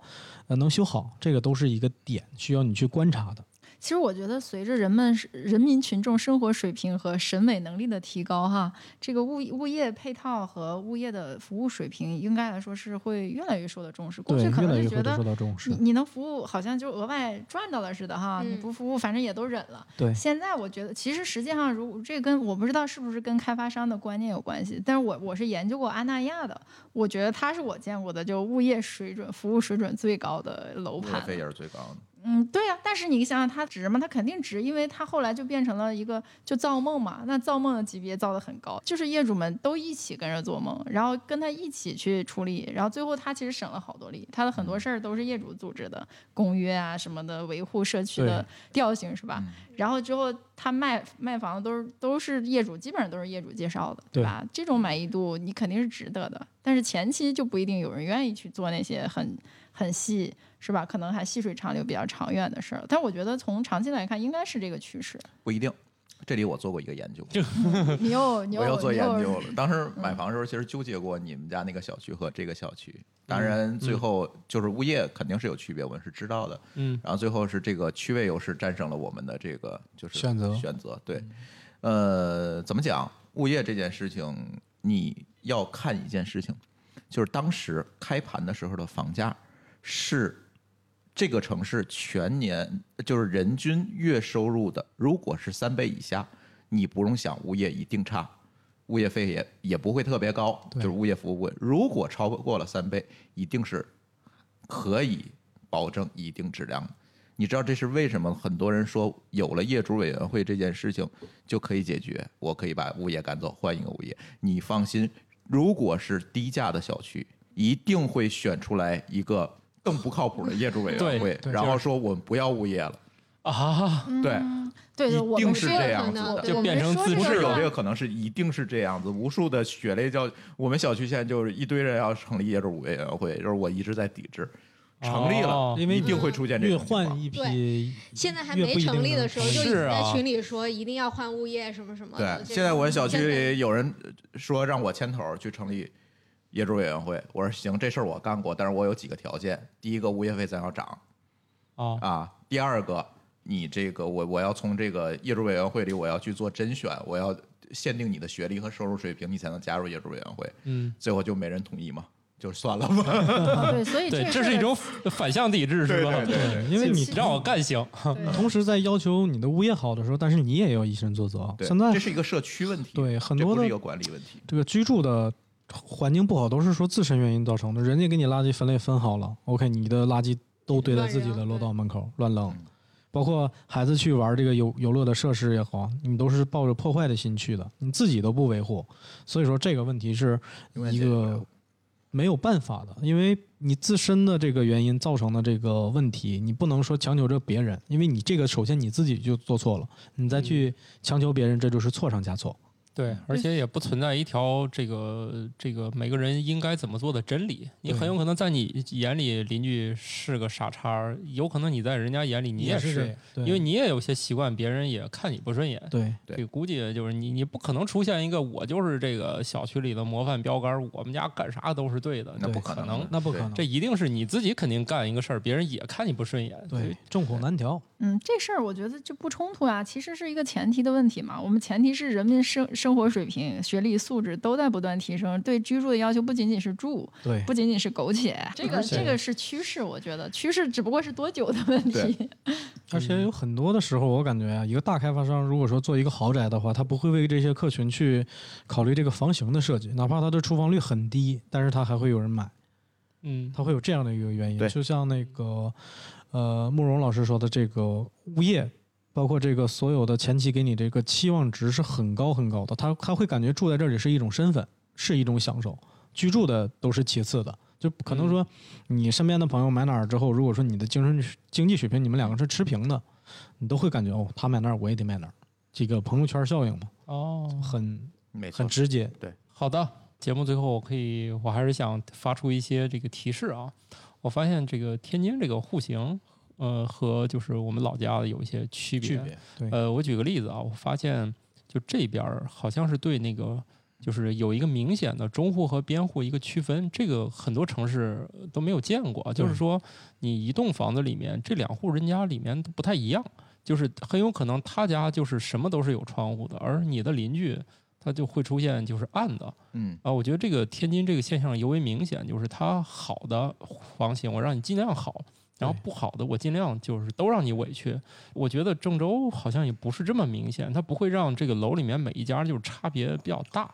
呃，能修好，这个都是一个点，需要你去观察的。其实我觉得，随着人们人民群众生活水平和审美能力的提高，哈，这个物物业配套和物业的服务水平，应该来说是会越来越受到重视。过对，去可越来能越就觉会得受到重视你。你能服务，好像就额外赚到了似的哈，你嗯不服务，反正也都忍了。对现在我觉得，其实实际上，如这跟我不知道是不是跟开发商的观念有关系，但是我我是研究过阿那亚的，我觉得它是我见过的就物业水准、服务水准最高的楼物盘业了。费也是最高的。嗯，对呀、但是你想想它值吗？它肯定值，因为它后来就变成了一个就造梦嘛。那造梦的级别造得很高，就是业主们都一起跟着做梦，然后跟他一起去处理，然后最后他其实省了好多力。他的很多事儿都是业主组织的，公约啊什么的，维护社区的调性是吧？嗯然后之后他卖卖房子都是都是业主，基本上都是业主介绍的，对吧？这种满意度你肯定是值得的，但是前期就不一定有人愿意去做那些很很细是吧？可能还细水长流比较长远的事儿。但我觉得从长期来看，应该是这个趋 势。不一定。这里我做过一个研究，你又你我又又做你研又究了。当时买房的时候，其实纠结过你们家那个小区和这个小区。当嗯然，最后就是物业肯定是有区别，我们是知道的。嗯，然后最后是这个区位优势战胜了我们的这个就是选择选择对，呃，怎么讲？物业这件事情，你要看一件事情，就是当时开盘的时候的房价是这个城市全年就是人均月收入的，如果是三倍以下，你不用想物业一定差，物业费也也不会特别高，就对是物业服务贵。如果超过了三倍，一定是呃可以保证一定质量的。你知道这是为什么？很多人说有了业主委员会这件事情就可以解决，我可以把物业赶走，换一个物业。你放心，如果是低价的小区，一定会选出来一个更不靠谱的业主委员会对，对然后说我们不要物业了。啊，嗯对对对，一我定们是这个这样可能子的对就我们变成说自不这是个有话这个可能，是一定是这样子。无数的血泪教，我们小区现在就是一堆人要成立业主委员会，就是我一直在抵制，成立了，哦因为一定会出现这越种情况换一批对，现在还越没不一成定立能嗯的时候，就已是经在啊群里说一定要换物业什么什么的。对，这现在种我小区真的里有人说让我牵头儿去成立业主委员会，我说行，这事儿我干过，但是我有几个条件：第一个，物业费咱要涨哦，啊；第二个，你这个我我要从这个业主委员会里我要去做甄选，我要限定你的学历和收入水平，你才能加入业主委员会。嗯，最后就没人同意嘛，就算了吧。啊对， 所以对，个这事是一儿种反向抵制，是吧？对对对因为你你让我干行，对同时在要求你的物业好的时候，但是你也要以身作则。对， 现在这是一个社区问题，对很这多不的是一个管理问题。这个居住的环境不好，都是说自身原因造成的。人家给你垃圾分类分好了，OK，你的垃圾都堆在自己的楼道门口乱扔嗯，包括孩子去玩这个游游乐的设施也好，你都是抱着破坏的心去的，你自己都不维护，所以说这个问题是永远一解决不了个没有办法的，因为你自身的这个原因造成的这个问题，你不能说强求着别人，因为你这个首先你自己就做错了，你再去强求别人，这就是错上加错。对，而且也不存在一条这个这个每个人应该怎么做的真理。你对很有可能在你眼里邻居是个傻叉儿，有可能你在人家眼里你也是这样，对因为你也有些习惯，别人也看你不顺眼。对。对这估计就是你，你不可能出现一个我就是这个小区里的模范标杆儿，我们家干啥都是对的，那对不可能的，能那不可对能，这一定是你自己肯定干一个事儿，别人也看你不顺眼。对，众口难调。嗯，这事儿我觉得就不冲突啊，其实是一个前提的问题嘛。我们前提是人民生生活水平、学历素质都在不断提升，对居住的要求不仅仅是住，对不仅仅是苟 且，这个而且这个是趋势，我觉得趋势只不过是多久的问题 对。而且有很多的时候，我感觉啊，一个大开发商如果说做一个豪宅的话，他不会为这些客群去考虑这个房型的设计，哪怕它的出房率很低，但是它还会有人买，嗯，它会有这样的一个原因。对就像那个呃慕容老师说的，这个物业。包括这个所有的前期给你这个期望值是很高很高的，他他会感觉住在这里是一种身份，是一种享受，居住的都是其次的。就可嗯能说，你身边的朋友买哪儿之后，如果说你的精神经济水平你们两个是持平的，你都会感觉哦，他买哪儿我也得买哪儿，这个朋友圈效应嘛，哦，很没错很，直接。好的，节目最后我可以，我还是想发出一些这个提示啊。我发现这个天津这个户型呃和就是我们老家的有一些区别。区别对呃，我举个例子啊，我发现就这边儿好像是对那个就是有一个明显的中户和边户一个区分，这个很多城市都没有见过。就是对说，你一栋房子里面这两户人家里面都不太一样，就是很有可能他家就是什么都是有窗户的，而你的邻居他就会出现就是暗的。嗯，啊，我觉得这个天津这个现象尤为明显，就是它好的房型我让你尽量好，然后对不好的我尽量就是都让你委屈。我觉得郑州好像也不是这么明显，它不会让这个楼里面每一家就是差别比较大啊，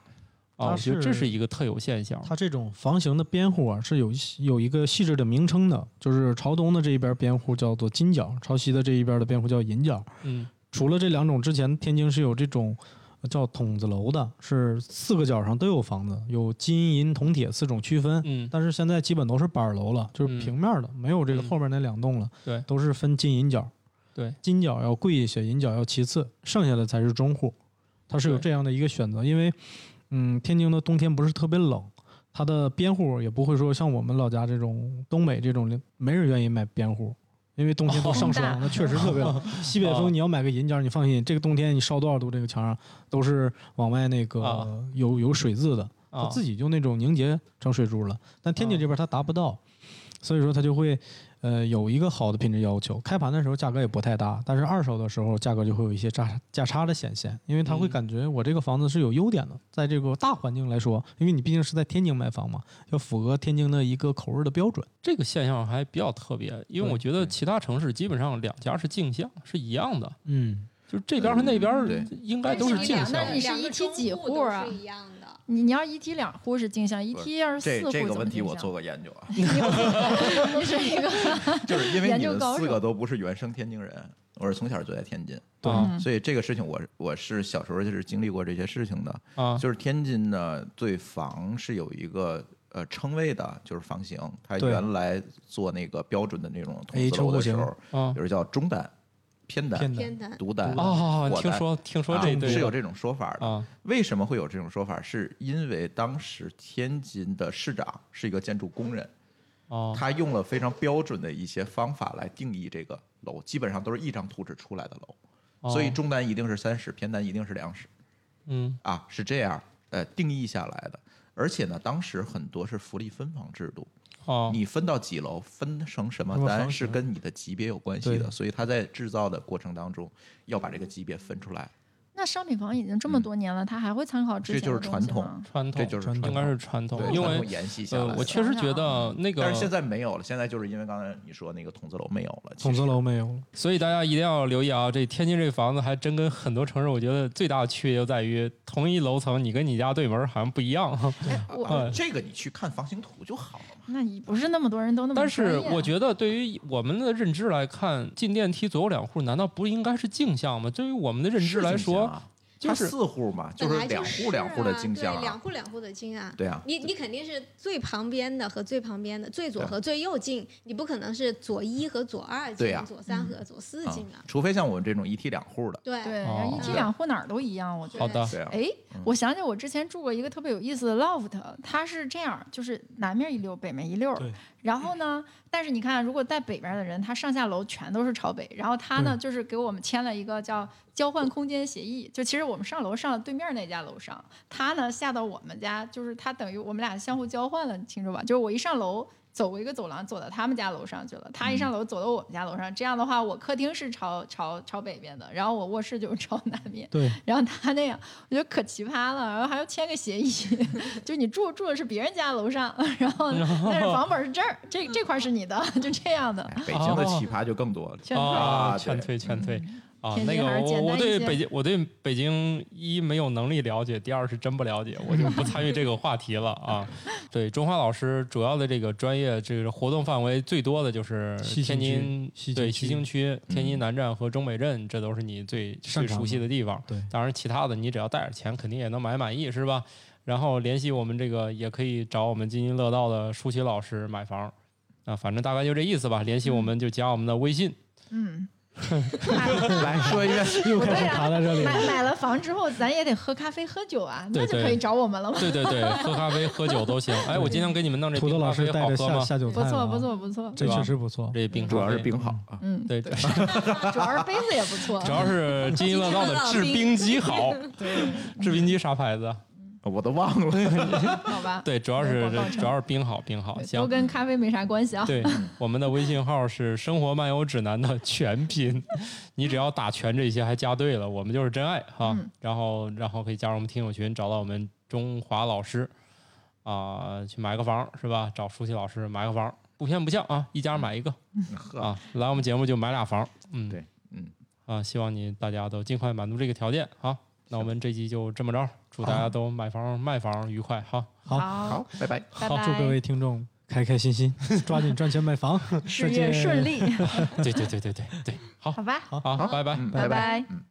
它我觉得这是是一个特有现象。它这种房型的边户啊，是有一有一个细致的名称的，就是朝东的这一边边户叫做金角，朝西的这一边的边户叫银角。嗯，除了这两种之前，天津是有这种呃叫筒子楼的，是四个角上都有房子，有金银铜铁四种区分。嗯但是现在基本都是板儿楼了，就是嗯平面的，没有这个嗯后面那两栋了。对都是分金银角。对，金角要贵一些，银角要其次，剩下的才是中户。它是有对这样的一个选择，因为嗯，天津的冬天不是特别冷，它的边户也不会说像我们老家这种东北这种，没人愿意买边户。因为冬天哦都上风大霜，那确实特 别冷。西北啊风，你要买个银角，你放心，这个冬天你烧多少度，这个墙上都是往外那啊个有有水渍的。啊，他自己就那种凝结成水珠了。但天津啊这边他达不到，所以说他就会呃有一个好的品质要求。开盘的时候价格也不太大，但是二手的时候价格就会有一些价价差的显现，因为他会嗯感觉我这个房子是有优点的，在这个大环境来说，因为你毕竟是在天津买房嘛，要符合天津的一个口味的标准。这个现象还比较特别，因为对我觉得对其他城市基本上两家是镜像，是一样的，嗯，就是这边儿和那边儿嗯应该都但是是你镜俩像。那你是一梯几户啊都是一样的。你你要一梯两户是镜像，一不是梯要是四这户这个怎么问题镜我像做过研 究啊，你是 一个 就是因为研你究们高四手个都不是原生天津人，我是从小就在天津，对嗯所以这个事情我是我是小时候就是经历过这些事情的。啊，就是天津呢，对房是有一个呃称谓的，就是房型。它对原来做那个标准的那种筒 A 子楼的车时户型候，啊比如叫中单、偏单、偏的天南，独单。啊，火听的说听说啊这对是有的这种说法的，啊为什么会有这种说法？是因为当时天津的市长是一个建筑工人，啊他用了非常标准的一些方法来定义这个楼，基本上都是一张图纸出来的啊，楼，所以中单一定是三室，偏单一定是两室。嗯啊，是这样呃定义下来的。而且呢，当时很多是福利分房制度，啊你分到几楼，分成什么什么单房是型跟你的级别有关系对的，所以他在制造的过程当中要把这个级别分出来，那商品房已经这么多年了，他还会参考之这前就是的东西传统吗传统这就是传统传应统该是传统对，因传为统沿袭下呃来，我的。确实觉得嗯那个，但是现在没有了，现在就是因为刚才你说那个筒子楼没有了，其筒子实楼没有了，所以大家一定要留意啊，这天津这房子还真跟很多城市，我觉得最大的区别就在于同一楼层，你跟你家对门儿好像不一样。我啊哎这个你去看房型图就好了嘛。那也不是那么多人都那么 但专业是啊。我觉得，对于我们的认知来看，进电梯左右两户，难道不应该是镜像吗？对于我们的认知来是镜像说，啊，就它是四户嘛，就本是来两是户两户的啊镜像对两啊，户两户的镜啊。对啊，你你肯定是最旁边的和最旁边的，最左对和最右进，你不可能是左一和左二进，对呀左三和左四进啊啊。除非像我们这种一梯两户的，对对，哦然后一梯两户哪儿都一样，我觉好得。的对啊，哎，我想起我之前住过一个特别有意思的 loft，它是这样，就是南面一溜，北面一溜儿对。然后呢，但是你看，如果在北边的人，他上下楼全都是朝北。然后他呢，就是给我们签了一个叫交换空间协议，就其实我们上楼上了对面那家楼上，他呢下到我们家，就是他等于我们俩相互交换了，你清楚吧？就是我一上楼。走过一个走廊，走到他们家楼上去了。他一上楼，走到我们家楼上。这样的话，我客厅是朝朝朝北边的，然后我卧室就是朝南边。 对，然后他那样，我觉得可奇葩了，然后还要签个协议， 就你住住的是别人家楼上，然后但是房本是这儿，这这块儿是你的，就这样的。哎北京的奇葩就更多了。劝退啊，对劝退劝退啊，天那津个还是我简我单对一些北京我对北京一没有能力了解，第二是真不了解，我就不参与这个话题了啊。对，中华老师主要的这个专业，这个活动范围最多的就是西天京津区西对京西区嗯京区、天津南站和中北镇，这都是你最擅最长熟的悉的地方。对当然其他的你只要带点钱，肯定也能买满意，是吧？然后联系我们这个，也可以找我们津津乐道的舒淇嗯老师买房啊，反正大概就这意思吧。联系我们就加我们的微信。嗯，来说一遍， 又开始卡在这 里了。买买了房之后，咱也得喝咖啡喝酒啊，那对就对可以找我们了嘛。对对 对，喝咖啡喝酒都行。哎，我今天给你们弄这土豆冰老咖师啡带好着喝下吗？下酒菜不了错啊不，错不错，这对吧确实不错。这冰咖啡主要是冰好啊。嗯， 对，对主要是杯子也不错 主。要是津津乐道 的制冰机好。制冰机啥牌子啊？我都忘了，好吧，对，主要是广告城主要是冰好冰好。对行都，跟咖啡没啥关系啊。对，我们的微信号是“生活漫游指南”的全拼， 你只要打全这些还加对了，我们就是真爱哈、嗯然后，然后可以加入我们听友群，找到我们中华老师啊、去买个房是吧？找舒淇老师买个房，不偏不向啊，一嗯家买一个呵，啊，来我们节目就买俩房，嗯，对，嗯，啊，希望你大家都尽快满足这个条件啊。那我们这期就这么着，祝大家都买房卖房愉快哈。好好好，，拜拜。拜好，祝各拜，位听众开开心心，抓紧赚钱买 房，再事业见顺利，对对对对对对，好好吧，好，拜拜。嗯拜拜拜。嗯。